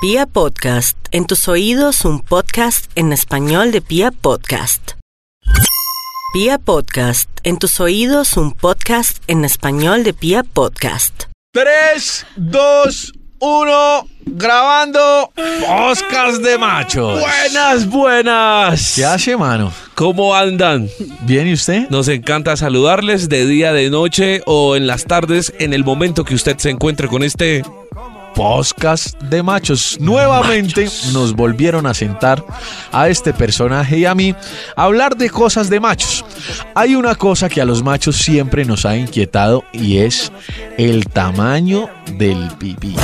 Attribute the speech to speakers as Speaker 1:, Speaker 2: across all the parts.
Speaker 1: Pia Podcast, en tus oídos un podcast en español de Pia Podcast. Pia Podcast, en tus oídos un podcast en español de Pia Podcast.
Speaker 2: 3, 2, 1, grabando Oscars de Machos.
Speaker 3: Buenas, buenas.
Speaker 2: ¿Qué hace, mano?
Speaker 3: ¿Cómo andan?
Speaker 2: ¿Bien y usted?
Speaker 3: Nos encanta saludarles de día, de noche o en las tardes, en el momento que usted se encuentre con este.
Speaker 2: Podcast de machos. Nuevamente nos volvieron a sentar a este personaje y a mí a hablar de cosas de machos. Hay una cosa que a los machos siempre nos ha inquietado y es el tamaño del pipí.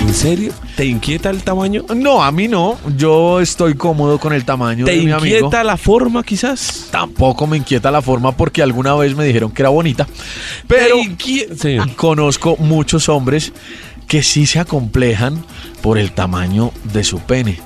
Speaker 3: ¿En serio? ¿Te inquieta el tamaño?
Speaker 2: No, a mí no. Yo estoy cómodo con el tamaño
Speaker 3: ¿Te
Speaker 2: de mi amigo.
Speaker 3: inquieta la forma, quizás?
Speaker 2: Tampoco me inquieta la forma porque alguna vez me dijeron que era bonita. Pero Ah.
Speaker 3: ¿Te inquieta? Sí.
Speaker 2: conozco muchos hombres que sí se acomplejan por el tamaño de su pene.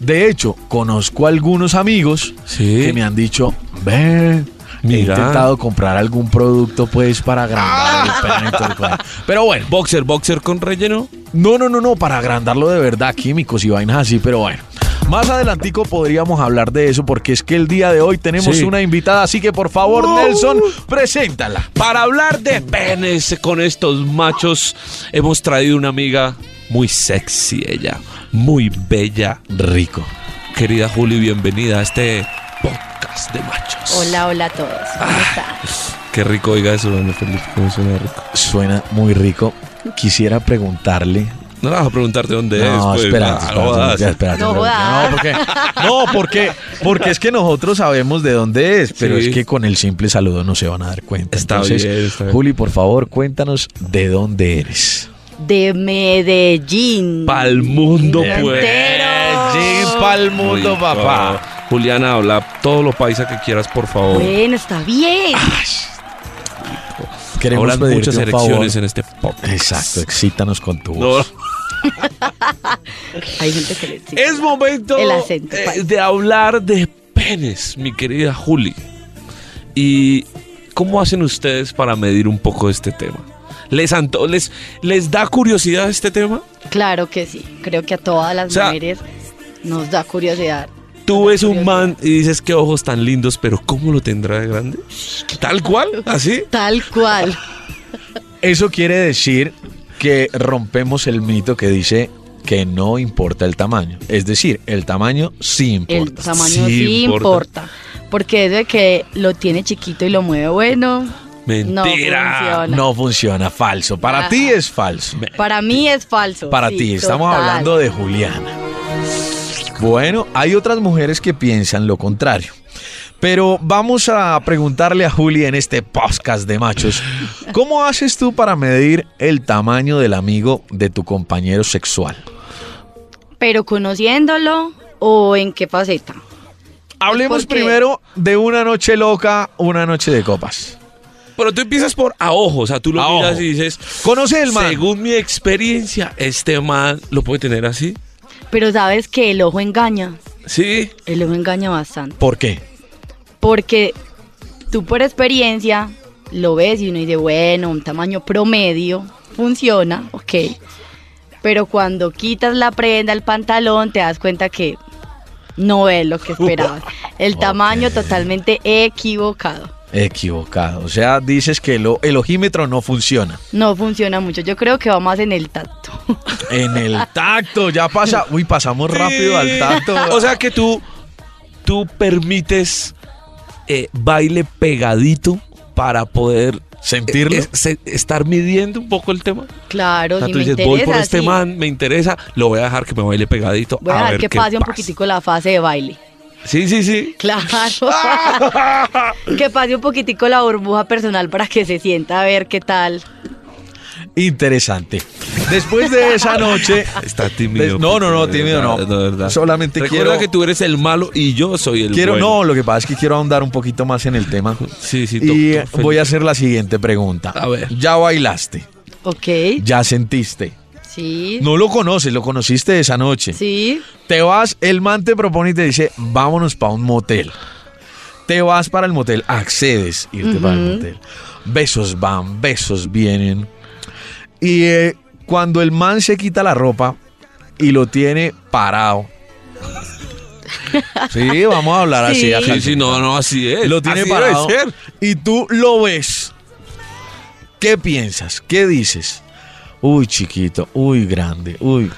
Speaker 2: De hecho, conozco algunos amigos
Speaker 3: Sí.
Speaker 2: que me han dicho, ven, he
Speaker 3: Mira.
Speaker 2: intentado comprar algún producto pues para agrandar el pene. y todo el cuento". Pero bueno,
Speaker 3: Boxer, boxer con relleno.
Speaker 2: no, no, no, no, para agrandarlo de verdad, químicos y vainas así, pero bueno. Más adelantico podríamos hablar de eso porque es que el día de hoy tenemos
Speaker 3: Sí.
Speaker 2: una invitada, así que por favor, Nelson, preséntala.
Speaker 3: Para hablar de penes con estos machos, hemos traído una amiga muy sexy, ella, muy bella.
Speaker 2: Rico.
Speaker 3: Querida Juli, bienvenida a este podcast de machos.
Speaker 4: Hola, hola a todos. ¿Cómo están?
Speaker 3: Qué rico oiga eso, don Felipe, cómo suena rico.
Speaker 2: Suena muy rico. Quisiera preguntarle.
Speaker 3: No le vas a preguntarte dónde es.
Speaker 2: No,
Speaker 3: pues,
Speaker 2: espera,
Speaker 3: ah, no jodas.
Speaker 2: espera, espera.
Speaker 4: No jodas.
Speaker 2: No, porque, no porque, porque es que nosotros sabemos de dónde es, pero
Speaker 3: Sí.
Speaker 2: es que con el simple saludo no se van a dar cuenta.
Speaker 3: Está
Speaker 2: Entonces,
Speaker 3: bien, está bien.
Speaker 2: Juli, por favor, cuéntanos de dónde eres.
Speaker 4: De Medellín.
Speaker 3: Pa'l mundo,
Speaker 4: Mundo
Speaker 3: pues.
Speaker 4: entero.
Speaker 2: Medellín pa'l mundo,
Speaker 3: Rico.
Speaker 2: Eh, papá.
Speaker 3: Juliana, habla todos los países que quieras, por favor.
Speaker 4: Bueno, está bien.
Speaker 2: Ah. Queremos
Speaker 3: Hablan
Speaker 2: pedirte
Speaker 3: muchas
Speaker 2: un favor.
Speaker 3: elecciones en este podcast.
Speaker 2: Exacto, excítanos con tu
Speaker 3: No.
Speaker 2: voz.
Speaker 4: Hay gente que le sigue.
Speaker 3: Es momento
Speaker 4: El acento,
Speaker 3: eh,
Speaker 4: ¿cuál?
Speaker 3: de hablar de penes, mi querida Juli. ¿Y cómo hacen ustedes para medir un poco este tema? ¿Les, anto- les, les da curiosidad este tema?
Speaker 4: Claro que sí. Creo que a todas las
Speaker 3: O sea-
Speaker 4: mujeres nos da curiosidad.
Speaker 3: Tú ves un man y dices qué ojos tan lindos, pero ¿cómo lo tendrá de grande? Tal cual, así.
Speaker 4: Tal cual.
Speaker 2: Ah, Eso quiere decir que rompemos el mito que dice que no importa el tamaño. Es decir, el tamaño sí importa.
Speaker 4: El tamaño
Speaker 3: Sí
Speaker 4: sí,
Speaker 3: importa.
Speaker 4: importa. Porque es de que lo tiene chiquito y lo mueve bueno.
Speaker 3: Mentira.
Speaker 4: funciona.
Speaker 2: No funciona, falso. Para
Speaker 4: Ajá.
Speaker 2: ti es falso.
Speaker 4: Para mí es falso.
Speaker 2: Para
Speaker 4: sí,
Speaker 2: ti, estamos
Speaker 4: total.
Speaker 2: hablando de Juliana. Bueno, hay otras mujeres que piensan lo contrario. Pero vamos a preguntarle a Juli en este podcast de machos, ¿cómo haces tú para medir el tamaño del amigo de tu compañero sexual?
Speaker 4: Pero conociéndolo o en qué faceta.
Speaker 2: Hablemos
Speaker 4: ¿Por qué?
Speaker 2: primero de una noche loca, una noche de copas.
Speaker 3: Pero tú empiezas por a ojo, o sea, tú lo
Speaker 2: A
Speaker 3: miras
Speaker 2: ojo.
Speaker 3: y dices,
Speaker 2: Conoce el man.
Speaker 3: según mi experiencia, este man lo puede tener así.
Speaker 4: Pero sabes que el ojo engaña.
Speaker 3: Sí.
Speaker 4: El ojo engaña bastante.
Speaker 2: ¿Por qué?
Speaker 4: Porque tú por experiencia lo ves y uno dice, bueno, un tamaño promedio funciona, ok. Pero cuando quitas la prenda, el pantalón, te das cuenta que no es lo que esperabas. El tamaño totalmente equivocado.
Speaker 2: Equivocado. O sea, dices que el, o- el ojímetro no funciona.
Speaker 4: No funciona mucho. Yo creo que va más en el tacto.
Speaker 2: En el tacto, ya pasa. Uy, pasamos rápido al tacto.
Speaker 3: O sea que tú, tú permites eh, baile pegadito para poder
Speaker 2: sentirlo.
Speaker 3: eh, se- estar midiendo un poco el tema.
Speaker 4: Claro,
Speaker 3: O sea,
Speaker 4: si
Speaker 3: tú
Speaker 4: me
Speaker 3: dices,
Speaker 4: interesa.
Speaker 3: voy por este
Speaker 4: sí.
Speaker 3: man, me interesa, lo voy a dejar que me baile pegadito.
Speaker 4: Voy a dejar
Speaker 3: ver
Speaker 4: que
Speaker 3: qué
Speaker 4: pase un
Speaker 3: pasa.
Speaker 4: poquitico la fase de baile.
Speaker 3: Sí, sí, sí.
Speaker 4: Claro. que pase un poquitico la burbuja personal para que se sienta a ver qué tal.
Speaker 2: Interesante. Después de esa noche.
Speaker 3: Está tímido.
Speaker 2: Des- no, no, no,
Speaker 3: de
Speaker 2: tímido
Speaker 3: verdad,
Speaker 2: no.
Speaker 3: de verdad.
Speaker 2: Solamente
Speaker 3: Recuerda
Speaker 2: quiero-
Speaker 3: que tú eres el malo y yo soy el
Speaker 2: Quiero,
Speaker 3: bueno.
Speaker 2: no, lo que pasa es que quiero ahondar un poquito más en el tema.
Speaker 3: Sí, sí,
Speaker 2: Y eh,
Speaker 3: doctor Felipe.
Speaker 2: voy a hacer la siguiente pregunta.
Speaker 3: A ver.
Speaker 2: Ya bailaste,
Speaker 4: Ok.
Speaker 2: ya sentiste.
Speaker 4: Sí.
Speaker 2: No lo conoces, lo conociste esa noche.
Speaker 4: Sí.
Speaker 2: Te vas, el man te propone y te dice, vámonos para un motel. Te vas para el motel, accedes irte para el motel. Besos van, besos vienen. Y eh, cuando el man se quita la ropa y lo tiene parado. Sí, vamos a hablar así.
Speaker 4: Sí.
Speaker 2: acá.
Speaker 3: Sí, sí, no, no, así es.
Speaker 2: Lo tiene
Speaker 3: Así debe
Speaker 2: parado
Speaker 3: ser.
Speaker 2: y tú lo ves. ¿Qué piensas? ¿Qué dices? Uy, chiquito, uy, grande, uy.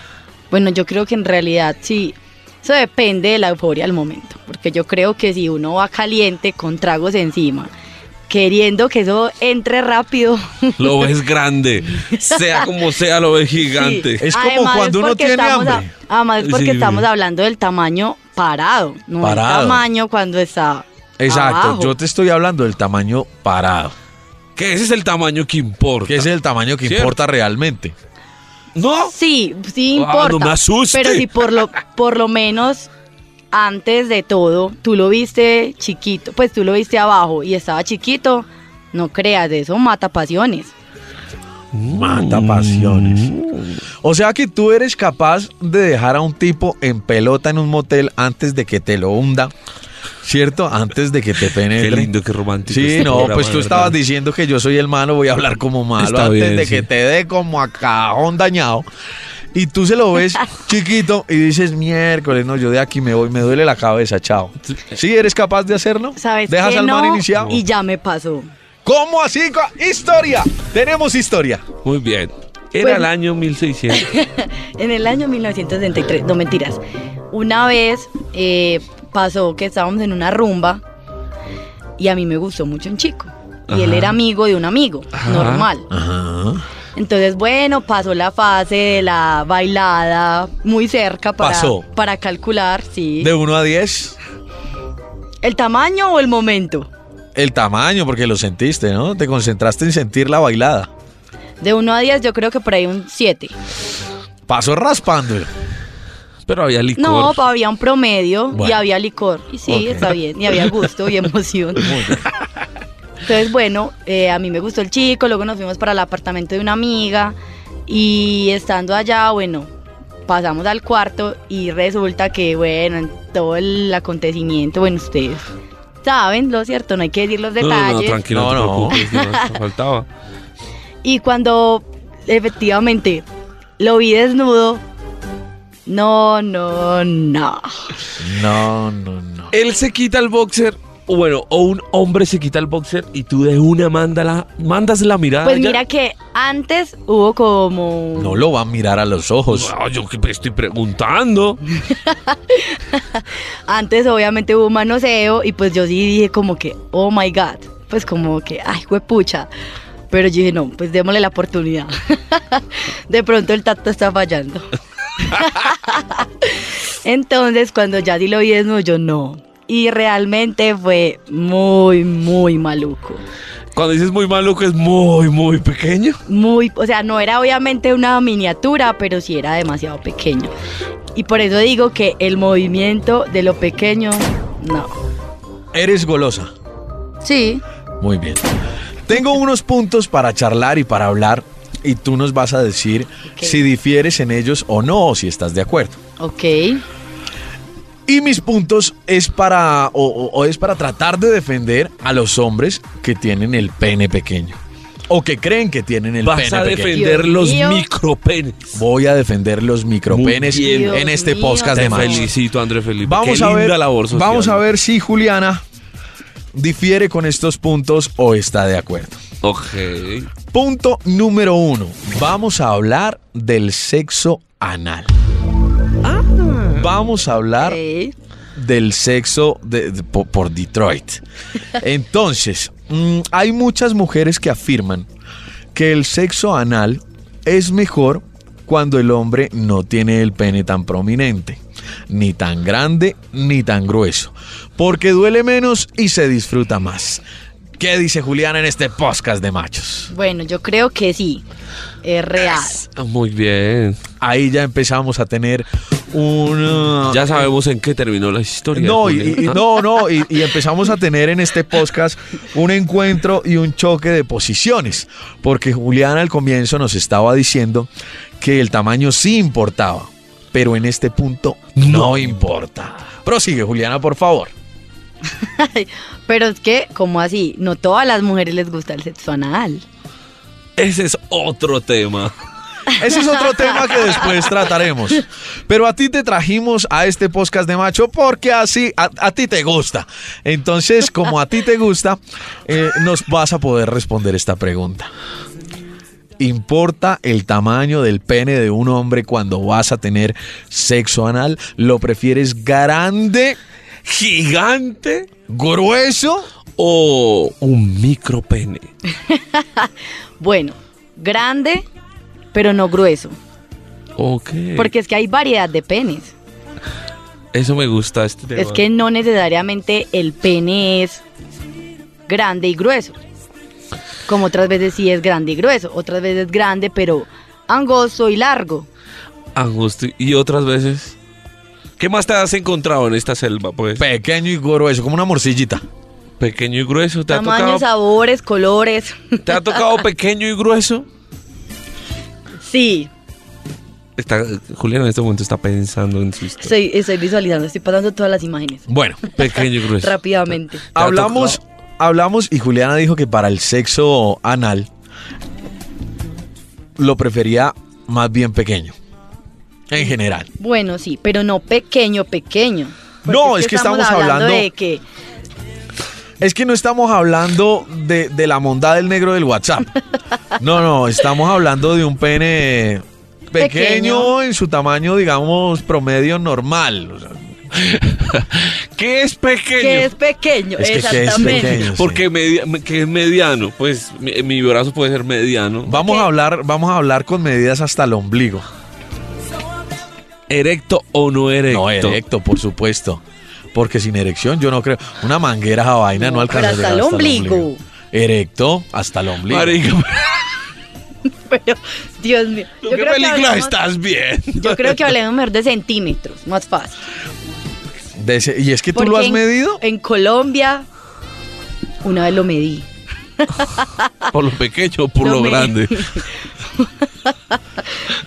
Speaker 4: Bueno, yo creo que en realidad sí, eso depende de la euforia al momento, porque yo creo que si uno va caliente con tragos encima, queriendo que eso entre rápido,
Speaker 3: Lo ves grande. Sea como sea, lo ves gigante.
Speaker 4: Sí.
Speaker 2: Es como
Speaker 4: Además,
Speaker 2: cuando uno
Speaker 4: porque
Speaker 2: tiene
Speaker 4: estamos a-
Speaker 2: hambre.
Speaker 4: además es porque
Speaker 3: Sí.
Speaker 4: estamos hablando del tamaño parado, no
Speaker 2: Parado.
Speaker 4: el tamaño cuando está
Speaker 2: Exacto,
Speaker 4: abajo.
Speaker 2: yo te estoy hablando del tamaño parado,
Speaker 3: Que ese es el tamaño que importa.
Speaker 2: que ese es el tamaño que
Speaker 3: Cierto.
Speaker 2: importa realmente.
Speaker 3: ¿No?
Speaker 4: Sí, sí
Speaker 3: Ah, no
Speaker 4: importa.
Speaker 3: me asuste.
Speaker 4: Pero si por lo, por lo menos antes de todo tú lo viste chiquito, pues tú lo viste abajo y estaba chiquito, no creas, eso mata pasiones.
Speaker 2: Mata pasiones. Mm. O sea que tú eres capaz de dejar a un tipo en pelota en un motel antes de que te lo hunda, ¿cierto? Antes de que te penetre.
Speaker 3: Qué lindo, qué romántico.
Speaker 2: Sí,
Speaker 3: este
Speaker 2: no,
Speaker 3: programa,
Speaker 2: pues tú
Speaker 3: de
Speaker 2: estabas
Speaker 3: verdad.
Speaker 2: diciendo que yo soy el malo, voy a hablar como malo
Speaker 3: Está
Speaker 2: antes
Speaker 3: bien,
Speaker 2: de
Speaker 3: sí.
Speaker 2: que te dé como a cajón dañado. Y tú se lo ves chiquito y dices, miércoles, no, yo de aquí me voy, me duele la cabeza, chao. ¿Sí eres capaz de hacerlo?
Speaker 4: ¿Sabes
Speaker 2: ¿Dejas
Speaker 4: que
Speaker 2: al man
Speaker 4: no?
Speaker 2: iniciado?
Speaker 4: Y ya me pasó.
Speaker 2: ¿Cómo así? co- ¡Historia! Tenemos historia.
Speaker 3: Muy bien. Era
Speaker 4: Pues-
Speaker 3: el año 1600.
Speaker 4: En el año 1963, no mentiras. Una vez eh, pasó que estábamos en una rumba y a mí me gustó mucho un chico. Y él
Speaker 3: Ajá.
Speaker 4: era amigo de un amigo,
Speaker 3: Ajá.
Speaker 4: normal. Entonces, bueno, pasó la fase de la bailada muy cerca para,
Speaker 2: Pasó.
Speaker 4: para calcular, sí.
Speaker 2: De 1 a 10,
Speaker 4: ¿El tamaño o el momento?
Speaker 2: el tamaño, porque lo sentiste, ¿no? Te concentraste en sentir la bailada.
Speaker 4: De 1 a 10 yo creo que por ahí un 7.
Speaker 2: Pasó raspando.
Speaker 3: Pero había licor.
Speaker 4: No, pa- había un promedio y
Speaker 2: Bueno.
Speaker 4: había licor. Y sí,
Speaker 2: Ok.
Speaker 4: está bien. Y había gusto y emoción. Entonces, bueno, eh, a mí me gustó el chico, luego nos fuimos para el apartamento de una amiga y estando allá, bueno, pasamos al cuarto y resulta que, bueno, en todo el acontecimiento, bueno, ustedes saben, lo cierto, no hay que decir los
Speaker 3: no, no, no,
Speaker 4: detalles.
Speaker 3: tranquilo, no,
Speaker 2: No,
Speaker 3: te preocupes, no, eso faltaba.
Speaker 4: y cuando efectivamente lo vi desnudo, no, no, no.
Speaker 2: No, no, no.
Speaker 3: Él se quita el boxer, o bueno, o un hombre se quita el boxer y tú de una manda la- mandas la mirada.
Speaker 4: Pues
Speaker 3: Ah, ya.
Speaker 4: mira que antes hubo como...
Speaker 2: No lo va a mirar a los ojos.
Speaker 3: No, Pues, ah, yo que estoy preguntando.
Speaker 4: Antes obviamente hubo un manoseo y pues yo sí dije como que, oh my god, pues como que, ay, huepucha. Pero yo dije, no, pues démosle la oportunidad. De pronto el tacto está fallando. Entonces cuando ya sí lo vi desnudo, yo no. Y realmente fue muy, muy maluco.
Speaker 3: Cuando dices muy maluco es muy, muy pequeño.
Speaker 4: Muy, o sea, no era obviamente una miniatura, pero sí era demasiado pequeño. Y por eso digo que el movimiento de lo pequeño, no.
Speaker 2: Eres golosa.
Speaker 4: Sí,
Speaker 2: Muy bien. Tengo unos puntos para charlar y para hablar y tú nos vas a decir
Speaker 4: Ok.
Speaker 2: si difieres en ellos o no o si estás de acuerdo.
Speaker 4: ok.
Speaker 2: Y mis puntos es para o, o- o es para tratar de defender a los hombres que tienen el pene pequeño o que creen que tienen el
Speaker 3: Vas
Speaker 2: pene
Speaker 3: a
Speaker 2: pequeño.
Speaker 3: defender
Speaker 4: Dios
Speaker 3: los
Speaker 4: mío.
Speaker 3: micropenes.
Speaker 2: Voy a defender los micropenes
Speaker 3: Muy bien.
Speaker 2: en
Speaker 4: Dios
Speaker 2: este
Speaker 4: mío.
Speaker 2: podcast de
Speaker 3: Te
Speaker 2: machos.
Speaker 3: felicito, André Felipe.
Speaker 2: Vamos
Speaker 3: Qué
Speaker 2: a
Speaker 3: linda
Speaker 2: ver,
Speaker 3: labor social.
Speaker 2: vamos a ver si Juliana difiere con estos puntos o está de acuerdo.
Speaker 3: Ok.
Speaker 2: Punto número uno. Vamos a hablar del sexo anal. Vamos a
Speaker 3: Ah.
Speaker 2: hablar
Speaker 4: Ok.
Speaker 2: del sexo de- de- po- por, Detroit. Entonces, mm, hay muchas mujeres que afirman que el sexo anal es mejor cuando el hombre no tiene el pene tan prominente, ni tan grande, ni tan grueso, porque duele menos y se disfruta más. ¿Qué dice Juliana en este podcast de machos?
Speaker 4: Bueno, yo creo que sí. Es real.
Speaker 3: Ah, Muy bien.
Speaker 2: Ahí ya empezamos a tener una...
Speaker 3: Ya sabemos en qué terminó la historia.
Speaker 2: eh. No, y,
Speaker 3: Julián.
Speaker 2: y-
Speaker 3: Ah,
Speaker 2: no, no, y, y empezamos a tener en este podcast un encuentro y un choque de posiciones, porque Juliana al comienzo nos estaba diciendo que el tamaño sí importaba, pero en este punto no, importa. Prosigue, Juliana, por favor.
Speaker 4: Pero es que, como así, no todas las mujeres les gusta el sexo anal.
Speaker 3: Ese es otro tema.
Speaker 2: Ese es otro tema que después trataremos. Pero a ti te trajimos a este podcast de macho porque así a, a ti te gusta. Entonces, como a ti te gusta, eh, nos vas a poder responder esta pregunta. ¿Importa el tamaño del pene de un hombre cuando vas a tener sexo anal? ¿Lo prefieres grande,
Speaker 3: ¿Gigante
Speaker 2: grueso?
Speaker 3: o un micro pene?
Speaker 4: Bueno, grande, pero no grueso.
Speaker 3: Ok.
Speaker 4: Porque es que hay variedad de penes.
Speaker 3: Eso me gusta. Este tema.
Speaker 4: Es que no necesariamente el pene es grande y grueso. Como otras veces sí es grande y grueso. Otras veces grande, pero angosto y largo.
Speaker 3: Angusti- Y otras veces. ¿Qué más te has encontrado en esta selva? Pues
Speaker 2: Pequeño y grueso, como una morcillita.
Speaker 3: pequeño y grueso. ¿Te ha,
Speaker 4: Tamaños,
Speaker 3: tocado,
Speaker 4: sabores, colores.
Speaker 3: ¿Te ha tocado pequeño y grueso?
Speaker 4: sí,
Speaker 3: Está, Julián en este momento está pensando en su historia.
Speaker 4: estoy, estoy visualizando, estoy pasando todas las imágenes
Speaker 2: Bueno,
Speaker 3: Pequeño y
Speaker 2: Pues,
Speaker 3: grueso.
Speaker 4: rápidamente.
Speaker 3: Te ha
Speaker 2: hablamos,
Speaker 3: tocado.
Speaker 2: hablamos y Juliana dijo que para el sexo anal lo prefería más bien pequeño. En general.
Speaker 4: Bueno, sí, pero no pequeño, pequeño. Porque
Speaker 2: No, es que estamos hablando-
Speaker 4: de que
Speaker 2: Es que no estamos hablando de, de la mondá del negro del WhatsApp. No, no, estamos hablando de un pene pequeño,
Speaker 4: Pequeño.
Speaker 2: en su tamaño, digamos, promedio normal. O sea,
Speaker 3: ¿Qué es pequeño?
Speaker 4: que es pequeño,
Speaker 2: es que- que es
Speaker 4: exactamente.
Speaker 2: pequeño, sí.
Speaker 3: Porque media- me- que es mediano. Pues mi, mi brazo puede ser mediano.
Speaker 2: Vamos a hablar, vamos a hablar con medidas hasta el ombligo.
Speaker 3: ¿Erecto o no erecto?
Speaker 2: No, erecto, por supuesto. Porque sin erección yo no creo. Una manguera esa vaina no,
Speaker 4: No,
Speaker 2: alcanza. a
Speaker 4: pero hasta
Speaker 2: llegar
Speaker 4: el ombligo.
Speaker 2: Erecto hasta el ombligo.
Speaker 3: Marica,
Speaker 4: Pero, Dios mío.
Speaker 3: ¿tú
Speaker 4: Yo
Speaker 3: ¿qué
Speaker 4: creo que
Speaker 3: película
Speaker 4: hablemos-
Speaker 3: estás viendo?
Speaker 4: Yo creo que hablemos mejor de centímetros, más fácil.
Speaker 2: De ese- ¿Y es que tú
Speaker 4: Porque
Speaker 2: lo has
Speaker 4: en-
Speaker 2: medido?
Speaker 4: En Colombia, una vez lo medí.
Speaker 3: ¿Por lo pequeño o por
Speaker 4: Lo
Speaker 3: lo
Speaker 4: me-
Speaker 3: grande?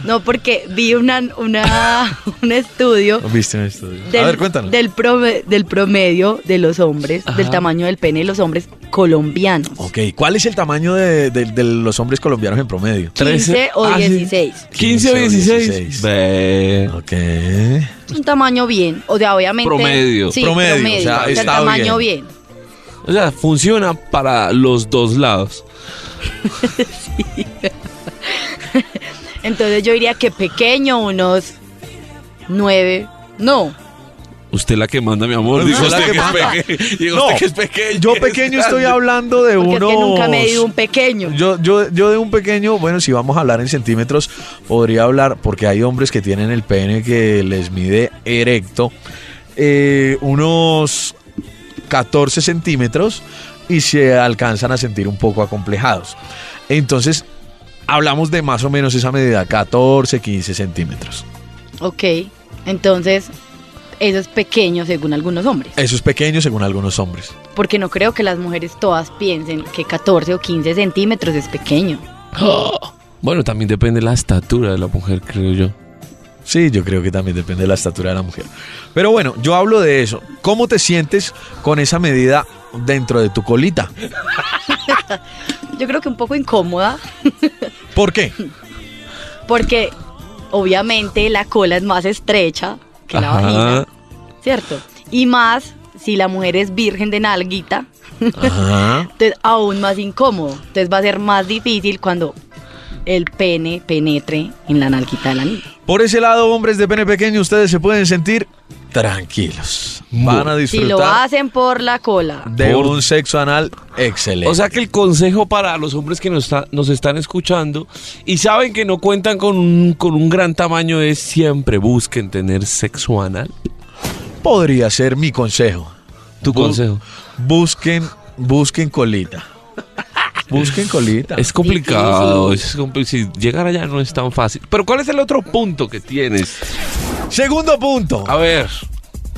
Speaker 4: No, porque vi una, una, un estudio
Speaker 2: ¿Viste en el estudio?
Speaker 4: del,
Speaker 2: a ver, cuéntanos.
Speaker 4: del, prome- del promedio de los hombres, del
Speaker 3: Ajá.
Speaker 4: tamaño del pene de los hombres colombianos.
Speaker 2: Ok, ¿cuál es el tamaño de, de- de los hombres colombianos en promedio?
Speaker 4: 15 o
Speaker 3: Ah, sí.
Speaker 4: 16.
Speaker 3: 15 o 16.
Speaker 2: 16.
Speaker 3: Ve.
Speaker 2: Ok.
Speaker 4: Es un tamaño bien. O sea, obviamente.
Speaker 3: Promedio.
Speaker 4: Sí,
Speaker 2: Promedio,
Speaker 4: promedio.
Speaker 2: o sea,
Speaker 4: el
Speaker 2: está
Speaker 4: tamaño bien.
Speaker 3: O sea, funciona para los dos lados.
Speaker 4: Entonces yo diría que pequeño, unos 9. No,
Speaker 3: Usted la que manda, mi amor. Digo
Speaker 2: Usted la que
Speaker 3: usted que,
Speaker 2: manda.
Speaker 3: es pequeño. Digo
Speaker 2: No,
Speaker 3: usted que es pequeño.
Speaker 2: Yo
Speaker 3: que es
Speaker 2: pequeño estoy
Speaker 3: grande.
Speaker 2: hablando de
Speaker 4: porque
Speaker 2: uno.
Speaker 4: es que nunca me he ido un pequeño.
Speaker 2: Yo, yo, yo de un pequeño, bueno, si vamos a hablar en centímetros, podría hablar, porque hay hombres que tienen el pene que les mide erecto, eh, unos 14 centímetros y se alcanzan a sentir un poco acomplejados. Entonces, hablamos de más o menos esa medida, 14, 15 centímetros.
Speaker 4: Ok, entonces eso es pequeño según algunos hombres.
Speaker 2: Eso es pequeño según algunos hombres.
Speaker 4: Porque no creo que las mujeres todas piensen que 14 o 15 centímetros es pequeño.
Speaker 3: Bueno, también depende la estatura de la mujer, creo yo.
Speaker 2: Sí, yo creo que también depende de la estatura de la mujer. Pero bueno, yo hablo de eso. ¿Cómo te sientes con esa medida dentro de tu colita?
Speaker 4: Yo creo que un poco incómoda
Speaker 2: ¿Por qué?
Speaker 4: porque obviamente la cola es más estrecha que la
Speaker 3: Ah.
Speaker 4: vagina, ¿cierto? Y más si la mujer es virgen de nalguita,
Speaker 2: Ajá.
Speaker 4: entonces aún más incómodo. Entonces va a ser más difícil cuando el pene penetre en la nalguita de la niña.
Speaker 2: Por ese lado, hombres de pene pequeño, ustedes se pueden sentir tranquilos. Van a
Speaker 4: Si lo
Speaker 2: disfrutar
Speaker 4: hacen por la cola.
Speaker 2: de
Speaker 3: Por-
Speaker 2: un sexo anal excelente.
Speaker 3: O sea que el consejo para los hombres que nos, está- nos están escuchando y saben que no cuentan con un, con un gran tamaño es siempre busquen tener sexo anal.
Speaker 2: podría ser mi consejo.
Speaker 3: Tu
Speaker 2: Bu-
Speaker 3: consejo.
Speaker 2: Busquen, busquen colita. Busquen colita.
Speaker 3: Es complicado, es compli- si llegar allá no es tan fácil. Pero ¿cuál es el otro punto que tienes?
Speaker 2: Segundo punto.
Speaker 3: A ver,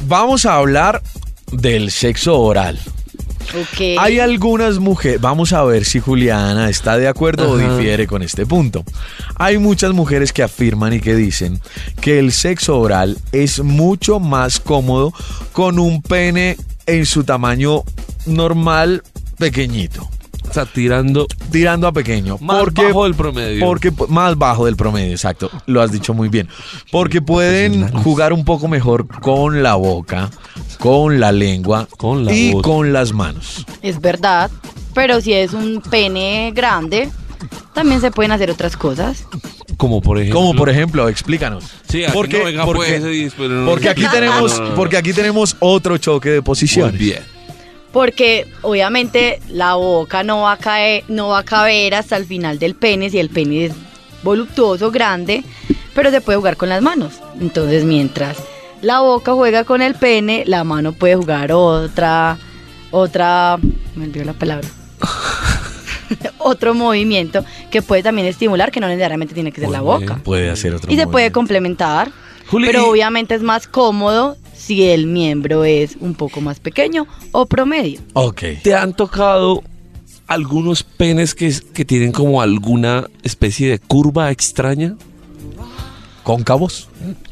Speaker 2: Vamos a hablar del sexo oral.
Speaker 4: Ok.
Speaker 2: Hay algunas mujeres, vamos a ver si Juliana está de acuerdo
Speaker 3: Ajá.
Speaker 2: o difiere con este punto. Hay muchas mujeres que afirman y que dicen que el sexo oral es mucho más cómodo con un pene en su tamaño normal pequeñito.
Speaker 3: está tirando
Speaker 2: tirando a pequeño.
Speaker 3: más
Speaker 2: porque,
Speaker 3: bajo del promedio.
Speaker 2: Porque p- más bajo del promedio, exacto. Lo has dicho muy bien. Porque pueden jugar un poco mejor con la boca, con la lengua
Speaker 3: Con la
Speaker 2: y
Speaker 3: boca.
Speaker 2: con las manos.
Speaker 4: Es verdad, pero si es un pene grande, también se pueden hacer otras cosas.
Speaker 3: como por ejemplo.
Speaker 2: Como por ejemplo, explícanos.
Speaker 3: Sí, aquí no venga, pues, y después no-
Speaker 2: porque aquí
Speaker 3: no,
Speaker 2: tenemos,
Speaker 3: no, no, no.
Speaker 2: porque aquí tenemos otro choque de
Speaker 3: Muy
Speaker 2: posiciones.
Speaker 3: bien.
Speaker 4: Porque obviamente la boca no va a caer, no va a caber hasta el final del pene si el pene es voluptuoso, grande, pero se puede jugar con las manos. Entonces, mientras la boca juega con el pene, la mano puede jugar otra otra me olvidó la palabra. otro movimiento que puede también estimular que no necesariamente tiene que ser la
Speaker 3: Muy
Speaker 4: boca.
Speaker 3: bien.
Speaker 2: Puede hacer otro.
Speaker 4: Y se
Speaker 2: movimiento.
Speaker 4: puede complementar.
Speaker 3: Juli, y-
Speaker 4: Pero obviamente es más cómodo si el miembro es un poco más pequeño o promedio.
Speaker 2: Ok.
Speaker 3: ¿Te han tocado algunos penes que, es- que tienen como alguna especie de curva extraña?
Speaker 2: Cóncavos.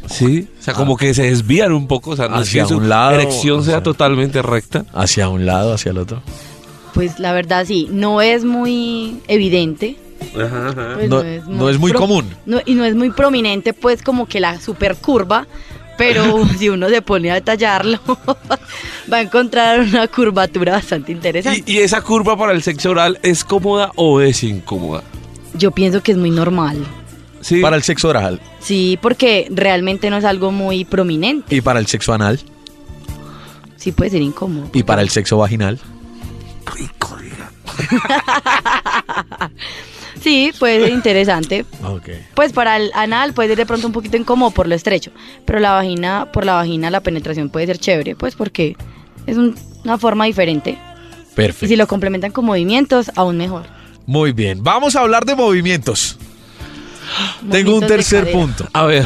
Speaker 3: Sí. O sea, como que se desvían Ah. un poco. O sea, no es
Speaker 2: Hacia
Speaker 3: que su
Speaker 2: un lado,
Speaker 3: erección
Speaker 2: o
Speaker 3: sea
Speaker 2: sea.
Speaker 3: totalmente recta.
Speaker 2: Hacia un lado, hacia el otro.
Speaker 4: Pues la verdad sí, no es muy evidente. pues,
Speaker 2: No- no es muy común.
Speaker 4: no- y no es muy prominente, pues como que la super curva. Pero si uno se pone a detallarlo, va a encontrar una curvatura bastante interesante.
Speaker 3: Y, y esa curva para el sexo oral es cómoda o es incómoda.
Speaker 4: Yo pienso que es muy normal.
Speaker 3: Sí.
Speaker 2: Para el sexo oral
Speaker 4: Sí, porque realmente no es algo muy prominente.
Speaker 2: y para el sexo anal
Speaker 4: Sí puede ser incómodo.
Speaker 2: y para el sexo vaginal.
Speaker 4: Sí, puede ser interesante,
Speaker 2: Ok.
Speaker 4: Pues para el anal puede ser de pronto un poquito incómodo por lo estrecho, pero la vagina, por la vagina la penetración puede ser chévere, pues porque es un- una forma diferente. Y si
Speaker 2: Perfecto.
Speaker 4: lo complementan con movimientos, aún mejor.
Speaker 2: Muy bien. Vamos a hablar de movimientos. Tengo un
Speaker 4: Movimientos de
Speaker 2: tercer
Speaker 4: cadera.
Speaker 2: punto.
Speaker 3: A ver.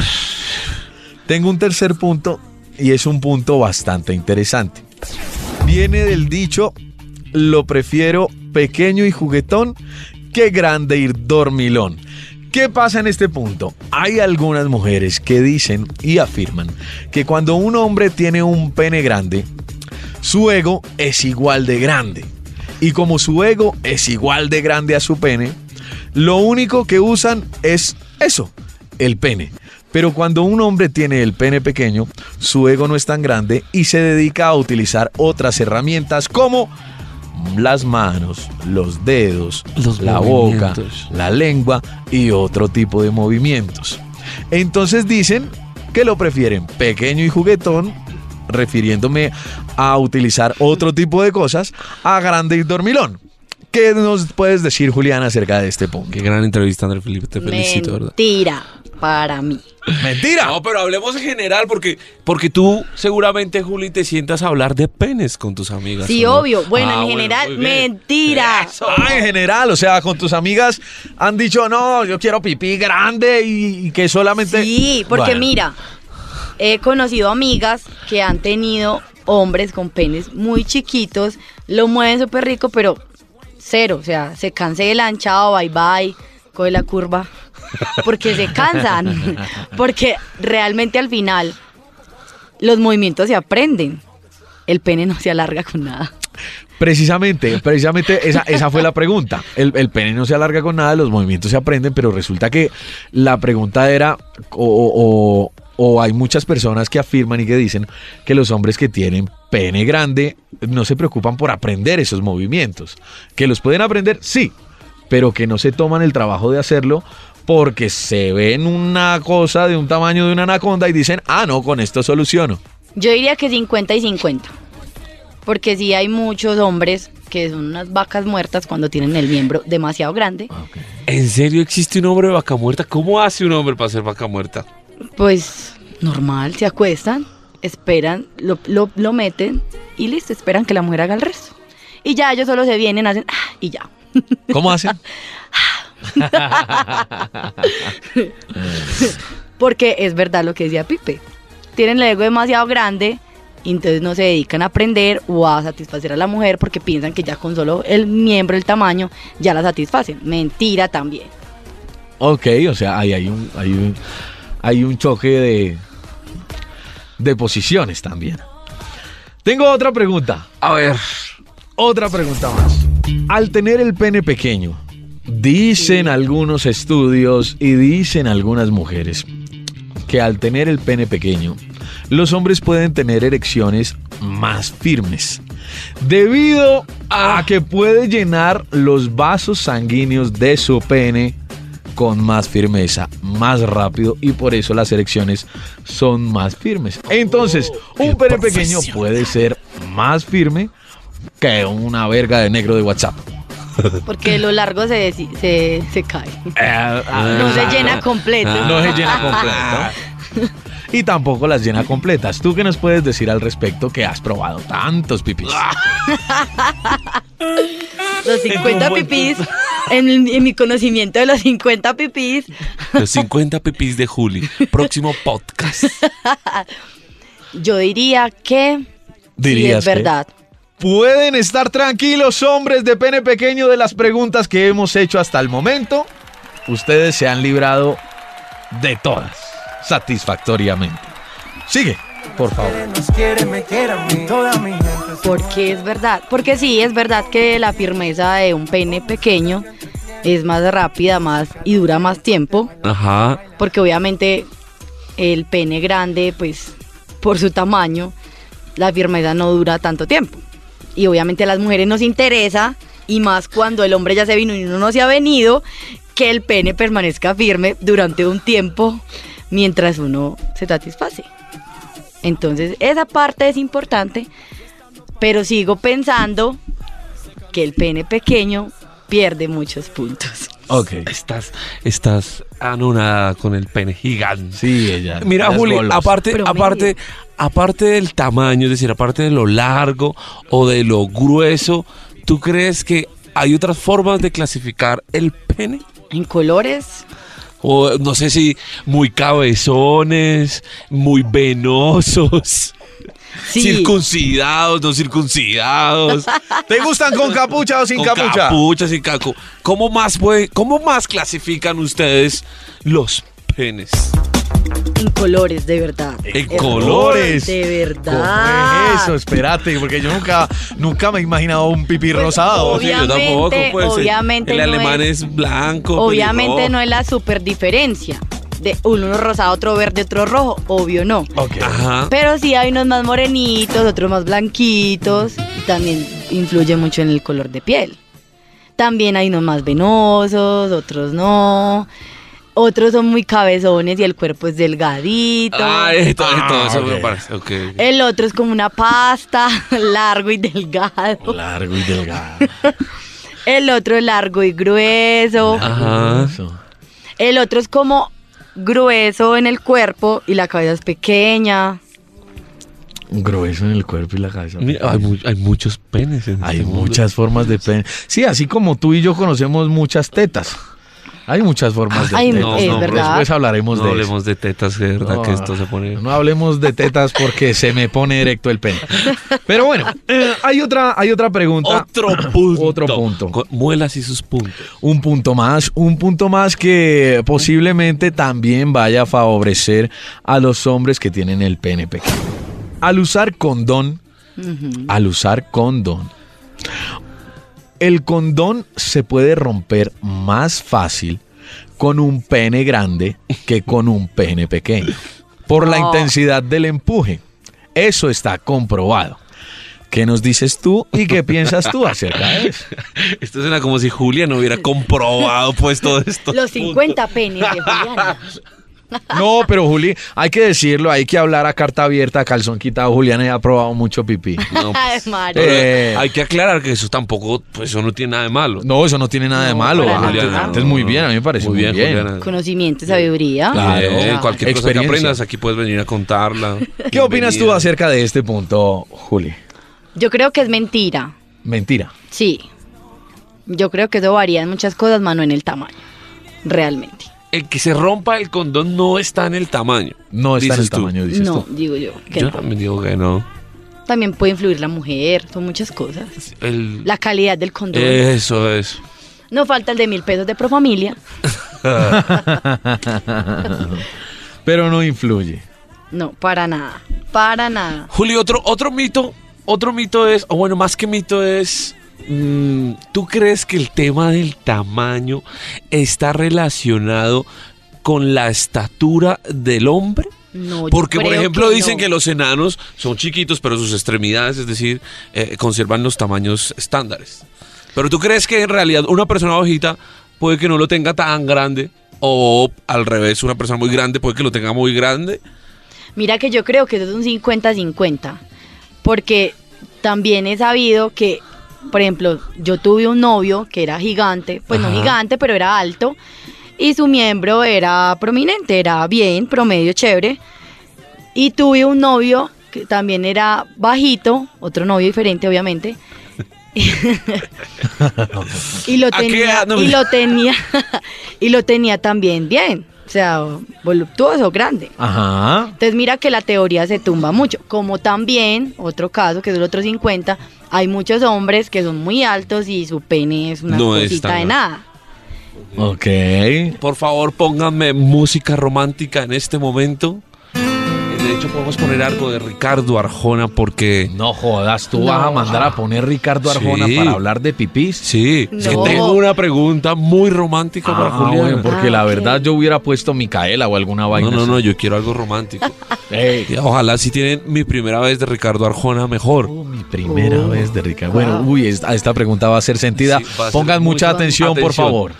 Speaker 2: Tengo un tercer punto y es un punto bastante interesante. Viene del dicho, lo prefiero pequeño y juguetón que grande y dormilón. ¿Qué pasa en este punto? Hay algunas mujeres que dicen y afirman que cuando un hombre tiene un pene grande, su ego es igual de grande. Y como su ego es igual de grande a su pene, lo único que usan es eso, el pene. Pero cuando un hombre tiene el pene pequeño, su ego no es tan grande y se dedica a utilizar otras herramientas como las manos, los dedos,
Speaker 3: Los
Speaker 2: la boca,
Speaker 3: movimientos.
Speaker 2: la lengua y otro tipo de movimientos. Entonces dicen que lo prefieren pequeño y juguetón, refiriéndome a utilizar otro tipo de cosas, a grande y dormilón. ¿Qué nos puedes decir, Julián, acerca de este punto?
Speaker 3: Qué gran entrevista, André Felipe. Te felicito, ¿verdad?
Speaker 4: Mentira para mí.
Speaker 2: ¡Mentira!
Speaker 3: No, pero hablemos en general, porque, porque tú seguramente, Juli, te sientas a hablar de penes con tus amigas.
Speaker 4: Sí,
Speaker 3: ¿o no? Ah,
Speaker 4: obvio. Bueno, en general,
Speaker 3: muy bien.
Speaker 4: mentira.
Speaker 3: Eso.
Speaker 2: Ah, en general, o sea, con tus amigas han dicho, no, yo quiero pipí grande y, y que solamente...
Speaker 4: Sí, porque
Speaker 2: Bueno,
Speaker 4: mira, he conocido amigas que han tenido hombres con penes muy chiquitos, lo mueven súper rico, pero cero, o sea, se cancelan, chao, bye bye, coge la curva, porque se cansan, porque realmente al final los movimientos se aprenden, el pene no se alarga con nada.
Speaker 2: Precisamente, precisamente esa, esa fue la pregunta. El, el pene no se alarga con nada, los movimientos se aprenden, pero resulta que la pregunta era, o, o- o- o hay muchas personas que afirman y que dicen que los hombres que tienen pene grande no se preocupan por aprender esos movimientos. Que los pueden aprender, sí, pero que no se toman el trabajo de hacerlo porque se ven una cosa de un tamaño de una anaconda y dicen, ah, no, con esto soluciono.
Speaker 4: Yo diría que 50 y 50. Porque sí hay muchos hombres que son unas vacas muertas cuando tienen el miembro demasiado grande.
Speaker 3: ¿En serio existe un hombre vaca muerta? ¿Cómo hace un hombre para ser vaca muerta?
Speaker 4: Pues normal, se acuestan, esperan, lo, lo- lo meten y listo, esperan que la mujer haga el resto. Y ya ellos solo se vienen, hacen "Ah", y ya.
Speaker 2: ¿Cómo hacen?
Speaker 4: Porque es verdad lo que decía Pipe. Tienen el ego demasiado grande y entonces no se dedican a aprender o a satisfacer a la mujer porque piensan que ya con solo el miembro, el tamaño, ya la satisfacen. Mentira también.
Speaker 2: Ok, o sea, ahí hay un, hay un, hay un choque de, de posiciones también. Tengo otra pregunta,
Speaker 3: A ver.
Speaker 2: otra pregunta más. Al tener el pene pequeño, dicen algunos estudios y dicen algunas mujeres que al tener el pene pequeño, los hombres pueden tener erecciones más firmes. Debido a que puede llenar los vasos sanguíneos de su pene con más firmeza, más rápido y por eso las erecciones son más firmes. Entonces, un pene pequeño puede ser más firme que una verga de negro de WhatsApp.
Speaker 4: Porque lo largo se, desi- se, se cae.
Speaker 2: Ah,
Speaker 4: No se llena completo.
Speaker 2: No se llena completa. Y tampoco las llena completas. ¿Tú qué nos puedes decir al respecto que has probado tantos pipis?
Speaker 4: Los 50 pipís, en, en mi conocimiento de los 50 pipís,
Speaker 3: Los 50 pipis de Juli. Próximo podcast.
Speaker 4: yo diría que sí
Speaker 2: Dirías
Speaker 4: es
Speaker 2: que-
Speaker 4: verdad.
Speaker 2: Pueden estar tranquilos, hombres de pene pequeño, de las preguntas que hemos hecho hasta el momento. Ustedes se han librado de todas, satisfactoriamente. Sigue, por favor.
Speaker 5: nos quiere, me quiere a mí. Toda mi gente se
Speaker 4: Porque es verdad. Porque sí, es verdad que la firmeza de un pene pequeño es más rápida más y dura más tiempo.
Speaker 3: Ajá.
Speaker 4: Porque obviamente el pene grande, pues por su tamaño, la firmeza no dura tanto tiempo. Y obviamente a las mujeres nos interesa, y más cuando el hombre ya se vino y uno no se ha venido, que el pene permanezca firme durante un tiempo mientras uno se satisface. Entonces esa parte es importante, pero sigo pensando que el pene pequeño pierde muchos puntos.
Speaker 2: Ok.
Speaker 3: Estás, estás anonada con el pene gigante.
Speaker 2: Sí, ella.
Speaker 3: Mira,
Speaker 2: ellas
Speaker 3: Juli,
Speaker 2: bolos.
Speaker 3: aparte,
Speaker 4: Promedio.
Speaker 3: aparte, aparte del tamaño, es decir, aparte de lo largo o de lo grueso, ¿tú crees que hay otras formas de clasificar el pene?
Speaker 4: En colores,
Speaker 3: O no sé si muy cabezones, muy venosos,
Speaker 4: sí.
Speaker 3: circuncidados, no circuncidados,
Speaker 2: ¿Te gustan con capucha o sin
Speaker 3: con
Speaker 2: capucha?
Speaker 3: capucha, sin caco. ¿Cómo más puede, cómo más clasifican ustedes los penes?
Speaker 4: En colores, de verdad.
Speaker 3: En
Speaker 4: Error,
Speaker 3: colores.
Speaker 4: De verdad.
Speaker 2: ¿Cómo es eso? Espérate, porque yo nunca, nunca me he imaginado un pipí
Speaker 4: Pues,
Speaker 3: Oh,
Speaker 2: rosado.
Speaker 4: obvio. Obviamente, obviamente
Speaker 3: pues, El
Speaker 4: no
Speaker 3: alemán
Speaker 4: es-
Speaker 3: es, blanco.
Speaker 4: Obviamente no es la super diferencia. De uno rosado, otro verde, otro rojo. Obvio no.
Speaker 2: Ok.
Speaker 3: Ajá.
Speaker 4: Pero sí hay unos más morenitos, otros más blanquitos. Y también influye mucho en el color de piel. También hay unos más venosos, otros no. Otros son muy cabezones y el cuerpo es delgadito.
Speaker 3: Ah, esto, esto,
Speaker 2: Ah,
Speaker 3: eso me
Speaker 2: ok.
Speaker 3: parece. ok.
Speaker 4: El otro es como una pasta, largo y delgado.
Speaker 2: Largo y delgado.
Speaker 4: El otro es largo y grueso.
Speaker 3: Ajá.
Speaker 2: Eso.
Speaker 4: El otro es como grueso en el cuerpo y la cabeza es pequeña.
Speaker 2: Grueso en el cuerpo y la cabeza.
Speaker 3: Mira, hay, mu- hay muchos penes en
Speaker 2: Hay
Speaker 3: este mundo.
Speaker 2: muchas formas de pene. Sí, así como tú y yo conocemos muchas tetas. Hay muchas formas de
Speaker 4: Ay,
Speaker 2: tetas.
Speaker 3: no, es verdad.
Speaker 2: Después hablaremos
Speaker 3: No
Speaker 2: de eso.
Speaker 3: hablemos Pues de Ah. tetas, de verdad que esto se pone.
Speaker 2: No hablemos de tetas porque se me pone erecto el pene. Pero bueno, eh, hay otra, hay otra pregunta.
Speaker 3: Otro punto.
Speaker 2: Otro punto.
Speaker 3: Co- Muelas y sus puntos.
Speaker 2: Un punto más, un punto más que posiblemente también vaya a favorecer a los hombres que tienen el pene pequeño. Al usar condón, al usar condón, el condón se puede romper más fácil con un pene grande que con un pene pequeño, por la
Speaker 4: Oh.
Speaker 2: intensidad del empuje. Eso está comprobado. ¿Qué nos dices tú y qué piensas tú acerca de eso?
Speaker 3: Esto suena como si Julia no hubiera comprobado pues todo esto.
Speaker 4: Los 50 penes de Juliana.
Speaker 2: No, pero Juli, hay que decirlo, hay que hablar a carta abierta, calzón quitado. Juliana ya ha probado mucho pipí.
Speaker 3: No,
Speaker 4: Ay,
Speaker 3: pues,
Speaker 4: María.
Speaker 3: pero
Speaker 2: Eh.
Speaker 3: hay que aclarar que eso tampoco, pues eso no tiene nada de malo.
Speaker 2: No, eso no tiene nada de
Speaker 4: No,
Speaker 2: malo.
Speaker 4: para
Speaker 2: Antes,
Speaker 4: nada.
Speaker 2: antes muy bien, a mí me parece muy bien.
Speaker 3: Juliana.
Speaker 4: Conocimiento, sabiduría.
Speaker 2: Claro.
Speaker 3: Bien, cualquier cosa que
Speaker 2: Experiencia.
Speaker 3: aprendas, aquí puedes venir a contarla.
Speaker 2: ¿Qué opinas tú
Speaker 3: Bienvenida.
Speaker 2: acerca de este punto, Juli?
Speaker 4: Yo creo que es mentira.
Speaker 2: Mentira.
Speaker 4: Sí. Yo creo que eso varía en muchas cosas, mano, en el tamaño. Realmente.
Speaker 3: El que se rompa el condón no está en el tamaño.
Speaker 2: No está en el
Speaker 3: dices tú.
Speaker 2: tamaño, dices
Speaker 4: No,
Speaker 2: tú.
Speaker 4: digo yo. que
Speaker 3: Yo
Speaker 4: no.
Speaker 3: también digo que no.
Speaker 4: También puede influir la mujer, son muchas cosas.
Speaker 3: El-
Speaker 4: La calidad del condón.
Speaker 3: Eso es.
Speaker 4: No falta el de mil pesos de profamilia.
Speaker 2: Pero no influye.
Speaker 4: No, para nada. Para nada.
Speaker 3: Juli, otro, otro mito, otro mito es, o bueno, más que mito es mm, ¿tú crees que el tema del tamaño está relacionado con la estatura del hombre?
Speaker 4: No, yo
Speaker 3: Porque, por
Speaker 4: creo
Speaker 3: ejemplo,
Speaker 4: que
Speaker 3: dicen
Speaker 4: no.
Speaker 3: que los enanos son chiquitos, pero sus extremidades, es decir, eh, conservan los tamaños estándares. Pero tú crees que en realidad una persona bajita puede que no lo tenga tan grande, o al revés, una persona muy grande puede que lo tenga muy grande.
Speaker 4: Mira que yo creo que eso es un 50-50. Porque también he sabido que, por ejemplo, yo tuve un novio que era gigante, pues
Speaker 3: Ajá.
Speaker 4: no gigante, pero era alto. Y su miembro era prominente, era bien, promedio, chévere. Y tuve un novio que también era bajito, otro novio diferente, obviamente. y lo
Speaker 3: ¿A qué
Speaker 4: tenía,
Speaker 3: edad? No,
Speaker 4: y
Speaker 3: me-
Speaker 4: lo tenía, y lo tenía también bien. O sea, voluptuoso, grande.
Speaker 2: Ajá.
Speaker 4: Entonces mira que la teoría se tumba mucho, como también otro caso que es el otro 50, hay muchos hombres que son muy altos y su pene es una
Speaker 3: No es
Speaker 4: cosita
Speaker 3: tan
Speaker 4: de
Speaker 3: grande.
Speaker 4: nada.
Speaker 2: Ok.
Speaker 3: Por favor, pónganme música romántica en este momento. Eh, De hecho, podemos poner algo de Ricardo Arjona porque...
Speaker 2: No jodas, tú
Speaker 4: No.
Speaker 2: vas a mandar a poner Ricardo Arjona
Speaker 3: Sí.
Speaker 2: para hablar de pipis.
Speaker 3: Sí, es que
Speaker 4: No.
Speaker 3: tengo una pregunta muy romántica para
Speaker 2: Ah,
Speaker 3: Julián.
Speaker 2: bueno, porque
Speaker 4: Ah,
Speaker 2: la
Speaker 4: ok.
Speaker 2: verdad yo hubiera puesto Micaela o alguna vaina.
Speaker 3: No, no, no,
Speaker 2: así.
Speaker 3: yo quiero algo romántico.
Speaker 2: Ey.
Speaker 3: Ojalá si tienen mi primera vez de Ricardo Arjona mejor.
Speaker 2: Oh, mi primera
Speaker 4: Oh.
Speaker 2: vez de Ricardo. Bueno,
Speaker 4: Wow.
Speaker 2: uy, esta, esta pregunta va a ser sentida.
Speaker 3: Sí, va a ser
Speaker 2: Pongan
Speaker 3: muy-
Speaker 2: mucha atención, por
Speaker 3: Atención.
Speaker 2: favor.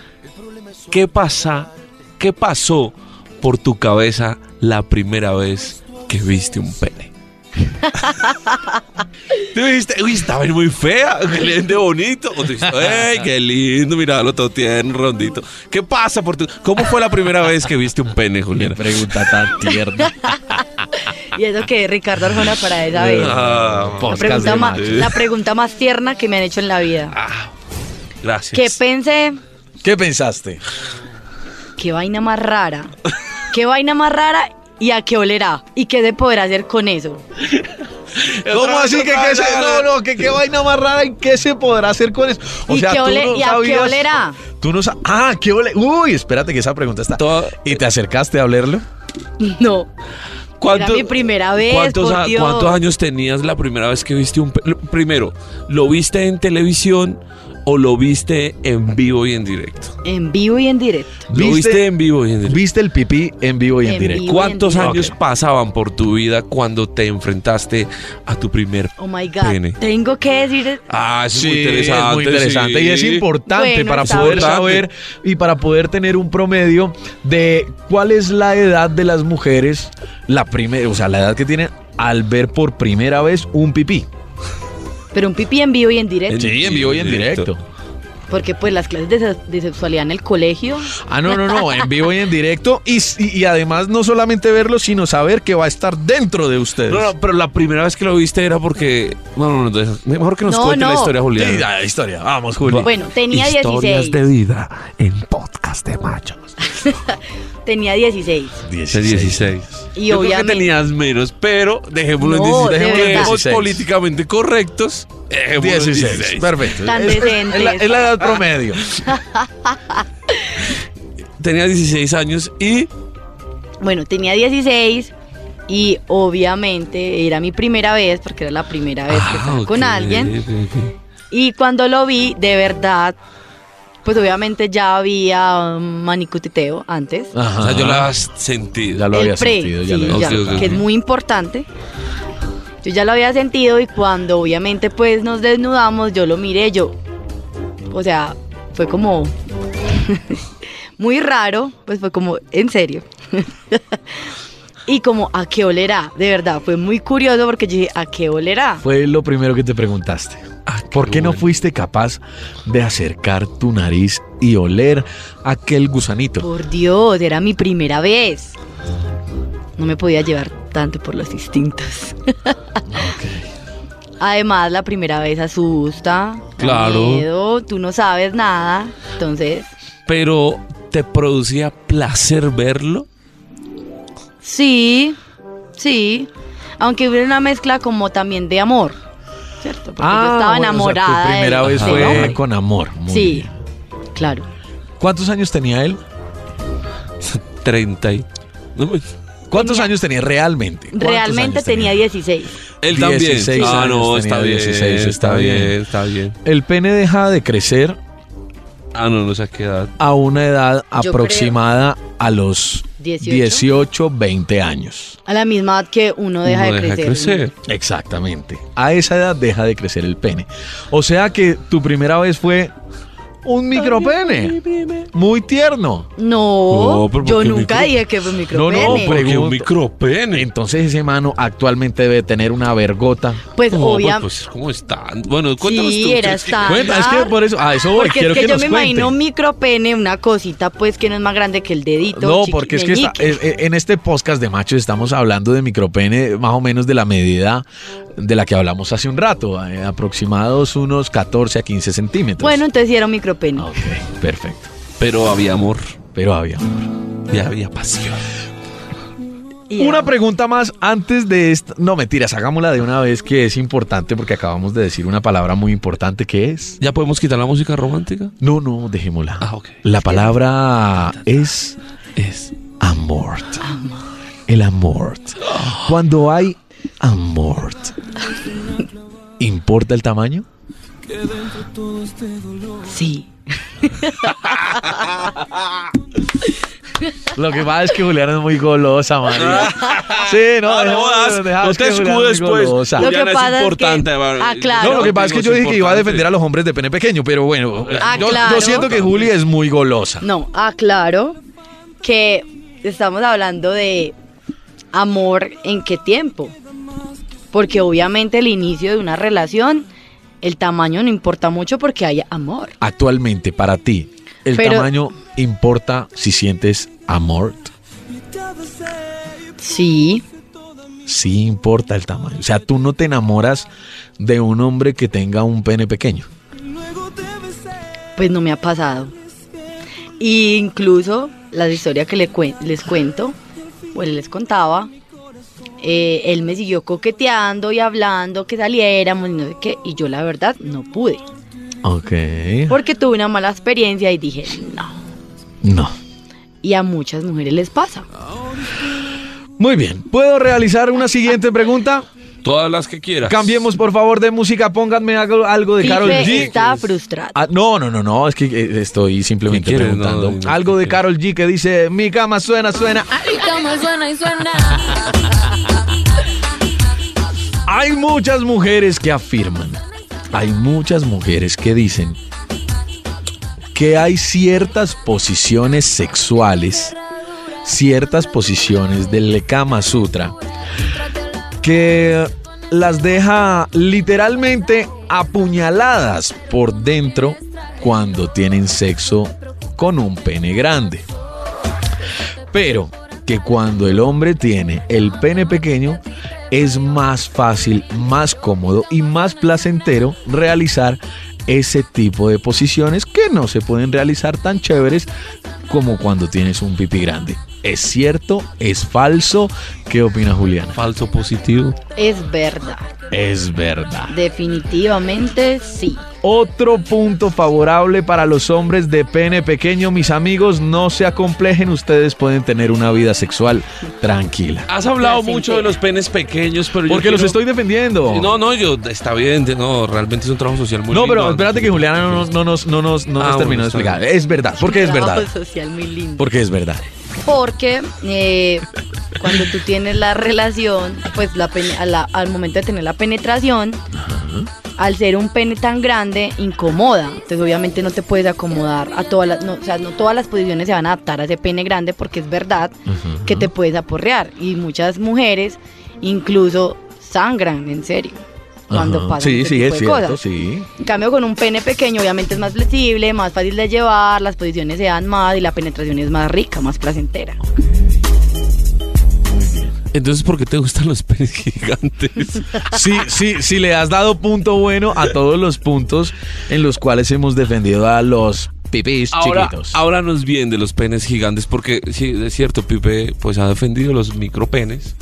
Speaker 3: ¿Qué pasa? ¿Qué pasó por tu cabeza la primera vez que viste un pene? ¿Tú viste? Uy, estaba muy fea, cliente bonito. O tú dijiste, ¡Ey, qué lindo! Mira, lo todo tiene rondito. ¿Qué pasa por tu.? ¿Cómo fue la primera vez que viste un pene,
Speaker 2: Qué
Speaker 3: Julián?
Speaker 2: pregunta tan tierna.
Speaker 4: Y eso que Ricardo Arjona para esa vez.
Speaker 3: Ah,
Speaker 4: La
Speaker 2: Podcast
Speaker 4: pregunta,
Speaker 2: de
Speaker 4: más,
Speaker 3: macho.
Speaker 4: la pregunta más tierna que me han hecho en la vida.
Speaker 2: Ah,
Speaker 4: Que
Speaker 3: gracias.
Speaker 4: pensé,
Speaker 2: ¿Qué pensaste?
Speaker 4: qué vaina más rara, qué vaina más rara y a qué olerá y qué se podrá hacer con eso.
Speaker 2: ¿Cómo así que qué se, no, no, que qué vaina más rara y qué se podrá hacer con eso? O
Speaker 4: ¿Y
Speaker 2: sea,
Speaker 4: qué
Speaker 2: tú
Speaker 4: ole-
Speaker 2: no
Speaker 4: y a qué
Speaker 2: sabías-
Speaker 4: olerá?
Speaker 2: Tú no sabes. Ah, qué ole. Uy, espérate que esa pregunta está.
Speaker 3: Todo-
Speaker 2: ¿Y te acercaste a olerlo?
Speaker 4: No,
Speaker 3: ¿Cuánto-
Speaker 4: mi primera vez,
Speaker 3: ¿cuántos,
Speaker 4: por
Speaker 3: a-
Speaker 4: Dios.
Speaker 3: cuántos años tenías la primera vez que viste un... pe- lo- Primero, ¿lo viste en televisión o lo viste en vivo y en directo?
Speaker 4: en vivo y en directo.
Speaker 3: Lo
Speaker 2: ¿Viste-
Speaker 3: viste en vivo y en directo.
Speaker 2: ¿Viste el pipí en vivo y en,
Speaker 4: En
Speaker 2: directo?
Speaker 4: vivo.
Speaker 3: ¿Cuántos
Speaker 4: y en
Speaker 3: años pasaban por tu vida cuando te enfrentaste a tu primer...
Speaker 4: Oh my God,
Speaker 3: Pene.
Speaker 4: tengo que decir
Speaker 3: Ah, eso
Speaker 2: Sí,
Speaker 3: es muy interesante.
Speaker 2: muy interesante
Speaker 3: sí.
Speaker 2: y es importante
Speaker 4: Bueno,
Speaker 2: para
Speaker 4: está
Speaker 2: poder
Speaker 3: bien.
Speaker 2: saber y para poder tener un promedio de cuál es la edad de las mujeres, la primera, o sea, la edad que tienen al ver por primera vez un pipí.
Speaker 4: Pero un pipí en vivo y en
Speaker 3: En-
Speaker 4: directo.
Speaker 2: Sí, en vivo y en directo.
Speaker 4: Porque pues las clases de, se- de sexualidad en el colegio.
Speaker 2: Ah, no, no, no, en vivo y en directo y, s- y- y además no solamente verlo, sino saber que va a estar dentro de ustedes.
Speaker 3: No, no, pero la primera vez que lo viste era porque... Bueno, no, no, mejor que nos
Speaker 4: No,
Speaker 3: cuente la
Speaker 4: no.
Speaker 3: historia, Julián.
Speaker 2: Sí, la historia, vamos, Julio.
Speaker 4: Bueno, tenía
Speaker 3: Historias
Speaker 4: 16.
Speaker 3: de vida en podcast de machos.
Speaker 4: Tenía 16.
Speaker 3: De 16.
Speaker 4: Y
Speaker 3: Yo creo que
Speaker 4: obviamente-
Speaker 3: tenías menos, pero dejémoslo
Speaker 4: No,
Speaker 3: en 16.
Speaker 4: de
Speaker 3: Dejémoslo en 16.
Speaker 4: verdad.
Speaker 2: 16.
Speaker 3: políticamente correctos. Dejémoslo en
Speaker 2: 16, perfecto.
Speaker 4: Tan
Speaker 2: Es- es-
Speaker 4: decentes.
Speaker 2: es la- es la edad promedio.
Speaker 3: Tenías 16 años y
Speaker 4: Bueno, tenía 16 y obviamente era mi primera vez porque era la primera vez que estaba
Speaker 3: Ah,
Speaker 4: con
Speaker 3: ok,
Speaker 4: alguien.
Speaker 3: ok, ok.
Speaker 4: Y cuando lo vi, de verdad, pues obviamente ya había um, manicutiteo antes.
Speaker 3: O sea, yo la has sentido.
Speaker 2: Ya lo
Speaker 4: el
Speaker 2: había
Speaker 4: pre,
Speaker 2: sentido, ya
Speaker 4: sí,
Speaker 2: lo había
Speaker 4: ya,
Speaker 3: Ok, ok,
Speaker 4: que es
Speaker 3: ok.
Speaker 4: muy importante. Yo ya lo había sentido y cuando obviamente pues nos desnudamos, yo lo miré, yo, o sea, fue como muy raro, pues fue como, en serio. y como, ¿a qué olerá? De verdad, fue muy curioso porque yo dije, ¿a qué olerá?
Speaker 2: Fue lo primero que te preguntaste. ¿Por qué no
Speaker 3: bueno.
Speaker 2: fuiste capaz de acercar tu nariz y oler aquel gusanito?
Speaker 4: Por Dios, era mi primera vez. No me podía llevar tanto por los instintos.
Speaker 2: Ah,
Speaker 4: Además, la primera vez asusta. da
Speaker 3: Claro.
Speaker 4: miedo, tú no sabes nada. Entonces,
Speaker 3: Pero te producía placer verlo.
Speaker 4: sí, sí. Aunque hubiera una mezcla como también de amor, ¿cierto? Porque yo
Speaker 2: Ah,
Speaker 4: estaba
Speaker 2: bueno, o sea,
Speaker 4: enamorada.
Speaker 2: tu primera
Speaker 4: del-
Speaker 2: vez
Speaker 4: del
Speaker 2: fue
Speaker 4: hombre.
Speaker 2: con amor. Muy
Speaker 4: Sí,
Speaker 2: bien.
Speaker 4: claro.
Speaker 2: ¿Cuántos años tenía él?
Speaker 3: 30 y... No, pues,
Speaker 2: ¿Cuántos
Speaker 4: Tenía-
Speaker 2: años tenía realmente? ¿Cuántos
Speaker 4: Realmente
Speaker 2: años
Speaker 4: tenía 16.
Speaker 3: Él también.
Speaker 2: 16
Speaker 3: ah, no,
Speaker 2: años
Speaker 3: está
Speaker 2: tenía,
Speaker 3: bien,
Speaker 2: 16,
Speaker 3: está
Speaker 2: está
Speaker 3: bien,
Speaker 2: bien.
Speaker 3: está bien.
Speaker 2: El pene deja de crecer
Speaker 3: Ah, no, no sé a qué edad.
Speaker 2: a una edad
Speaker 4: creo.
Speaker 2: aproximada a los
Speaker 4: 18.
Speaker 2: 18, 20 años.
Speaker 4: A la misma edad que uno deja,
Speaker 3: Uno
Speaker 4: de, crecer,
Speaker 2: Exactamente. A esa edad deja de crecer el pene. O sea que tu primera vez fue un micropene. Muy tierno.
Speaker 4: No,
Speaker 3: No, pero
Speaker 4: yo
Speaker 3: porque
Speaker 4: nunca
Speaker 3: micro-
Speaker 4: dije que fue un Pues,
Speaker 2: No,
Speaker 4: micropene.
Speaker 3: No, porque
Speaker 2: Pregunto.
Speaker 3: un micropene.
Speaker 2: Entonces ese mano actualmente debe tener una vergota.
Speaker 4: Pues
Speaker 3: No, pues,
Speaker 4: obviamente.
Speaker 3: pues, ¿cómo están? Bueno, cuéntanos tú.
Speaker 4: sí, era estándar.
Speaker 2: Cuenta, es que por eso, a eso voy,
Speaker 4: Porque
Speaker 2: quiero
Speaker 4: es que,
Speaker 2: que
Speaker 4: yo
Speaker 2: nos
Speaker 4: me
Speaker 2: cuente.
Speaker 4: imagino un micropene, una cosita pues que no es más grande que el dedito.
Speaker 2: No,
Speaker 4: chiqui-
Speaker 2: porque es que está-
Speaker 4: meñique.
Speaker 2: es- es- en este podcast de machos estamos hablando de micropene más o menos de la medida de la que hablamos hace un rato, eh, aproximados unos 14 a 15 centímetros.
Speaker 4: Bueno, entonces sí era un micropene.
Speaker 2: eh, Ah, ok, perfecto.
Speaker 3: Pero había amor
Speaker 2: Pero había.
Speaker 3: y había pasión.
Speaker 4: Y
Speaker 2: Una
Speaker 4: era-
Speaker 2: pregunta más antes de esta. No, mentiras, hagámosla de una vez que es importante porque acabamos de decir una palabra muy importante que es.
Speaker 3: ¿Ya podemos quitar la música romántica?
Speaker 2: No, no, dejémosla.
Speaker 3: Ah, ok.
Speaker 2: La palabra es
Speaker 3: Es.
Speaker 2: amort. El amort. Cuando hay amort, ¿importa el tamaño?
Speaker 4: Sí.
Speaker 2: Lo que pasa es que Julián es muy golosa, María. Sí, no,
Speaker 3: Ah, No, no,
Speaker 2: dejamos-
Speaker 3: jodas,
Speaker 2: dejamos
Speaker 3: no te
Speaker 2: que Julián es muy
Speaker 3: escudes, pues.
Speaker 2: golosa.
Speaker 4: Lo
Speaker 3: Juliana,
Speaker 4: que
Speaker 3: es
Speaker 4: pasa es
Speaker 3: importante,
Speaker 4: que-
Speaker 3: Bar-
Speaker 4: ah, claro.
Speaker 2: No, lo que pasa es que yo dije que iba a
Speaker 3: importante.
Speaker 2: defender a los hombres de pene pequeño, pero bueno,
Speaker 4: Ah,
Speaker 2: yo, yo
Speaker 4: claro.
Speaker 2: siento que Juli es muy golosa.
Speaker 4: No, aclaro que estamos hablando de amor en qué tiempo. Porque obviamente el inicio de una relación, el tamaño no importa mucho porque hay amor.
Speaker 2: Actualmente, para ti, ¿el
Speaker 4: Pero-
Speaker 2: tamaño importa si sientes amor?
Speaker 4: Sí,
Speaker 2: Sí importa el tamaño. O sea, tú no te enamoras de un hombre que tenga un pene pequeño.
Speaker 4: pues no me ha pasado. Y incluso las historias que le cuen- les cuento, o les contaba, eh, él me siguió coqueteando y hablando que saliéramos y no sé qué, y yo la verdad no pude.
Speaker 2: Ok.
Speaker 4: Porque tuve una mala experiencia y dije, no.
Speaker 2: No.
Speaker 4: Y a muchas mujeres les pasa.
Speaker 2: Muy bien. ¿Puedo realizar una siguiente pregunta?
Speaker 3: Todas las que quieras.
Speaker 2: Cambiemos, por favor, de música. Pónganme algo, algo de
Speaker 4: Pipe
Speaker 2: Carol G.
Speaker 4: está frustrado.
Speaker 2: Ah, no, no, no, no, es que eh, estoy simplemente
Speaker 3: ¿Qué quieres? No,
Speaker 2: preguntando.
Speaker 3: dime,
Speaker 2: Algo
Speaker 3: ¿qué
Speaker 2: de
Speaker 3: quieres?
Speaker 2: Carol G que dice, mi cama suena, suena.
Speaker 6: Mi cama suena y suena.
Speaker 2: Hay muchas mujeres que afirman, hay muchas mujeres que dicen que hay ciertas posiciones sexuales, ciertas posiciones del Kama Sutra, que las deja literalmente apuñaladas por dentro cuando tienen sexo con un pene grande. Pero que cuando el hombre tiene el pene pequeño, es más fácil, más cómodo y más placentero realizar ese tipo de posiciones que no se pueden realizar tan chéveres como cuando tienes un pipi grande. ¿Es cierto? ¿Es falso? ¿Qué opina Juliana?
Speaker 3: Falso positivo.
Speaker 4: Es verdad.
Speaker 2: Es verdad.
Speaker 4: Definitivamente sí.
Speaker 2: Otro punto favorable para los hombres de pene pequeño, mis amigos, no se acomplejen, ustedes pueden tener una vida sexual tranquila.
Speaker 3: Has hablado
Speaker 4: Placentera.
Speaker 3: mucho de los penes pequeños, pero yo
Speaker 2: Porque los
Speaker 3: quiero-
Speaker 2: estoy defendiendo.
Speaker 3: No, no, yo está bien, no, realmente es un trabajo social muy
Speaker 2: no,
Speaker 3: lindo.
Speaker 2: pero espérate que Juliana no, nos- no nos, no nos, no
Speaker 3: Ah,
Speaker 2: nos
Speaker 3: bueno,
Speaker 2: terminó de
Speaker 3: está
Speaker 2: explicar.
Speaker 3: bien.
Speaker 2: Es verdad, porque es verdad.
Speaker 4: Trabajo social muy lindo.
Speaker 2: Porque es verdad.
Speaker 4: Porque eh, cuando tú tienes la relación, pues la pene- a la- al momento de tener la penetración, al ser un pene tan grande, incomoda. Entonces obviamente no te puedes acomodar a todas las, no, o sea, no todas las posiciones se van a adaptar a ese pene grande porque es verdad que te puedes aporrear. Y muchas mujeres incluso sangran, en serio, cuando
Speaker 2: Ajá.
Speaker 4: pasan
Speaker 2: Sí,
Speaker 4: este
Speaker 2: sí,
Speaker 4: tipo
Speaker 2: es
Speaker 4: de
Speaker 2: cierto,
Speaker 4: cosas.
Speaker 2: sí.
Speaker 4: En cambio, con un pene pequeño, obviamente es más flexible, más fácil de llevar, las posiciones se dan más y la penetración es más rica, más placentera.
Speaker 3: Entonces, ¿por qué te gustan los penes gigantes?
Speaker 2: Sí, sí, sí, le has dado punto bueno a todos los puntos en los cuales hemos defendido a los pipis
Speaker 3: ahora,
Speaker 2: chiquitos.
Speaker 3: ahora nos vienen de los penes gigantes, porque sí, es cierto, Pipe pues ha defendido los micropenes,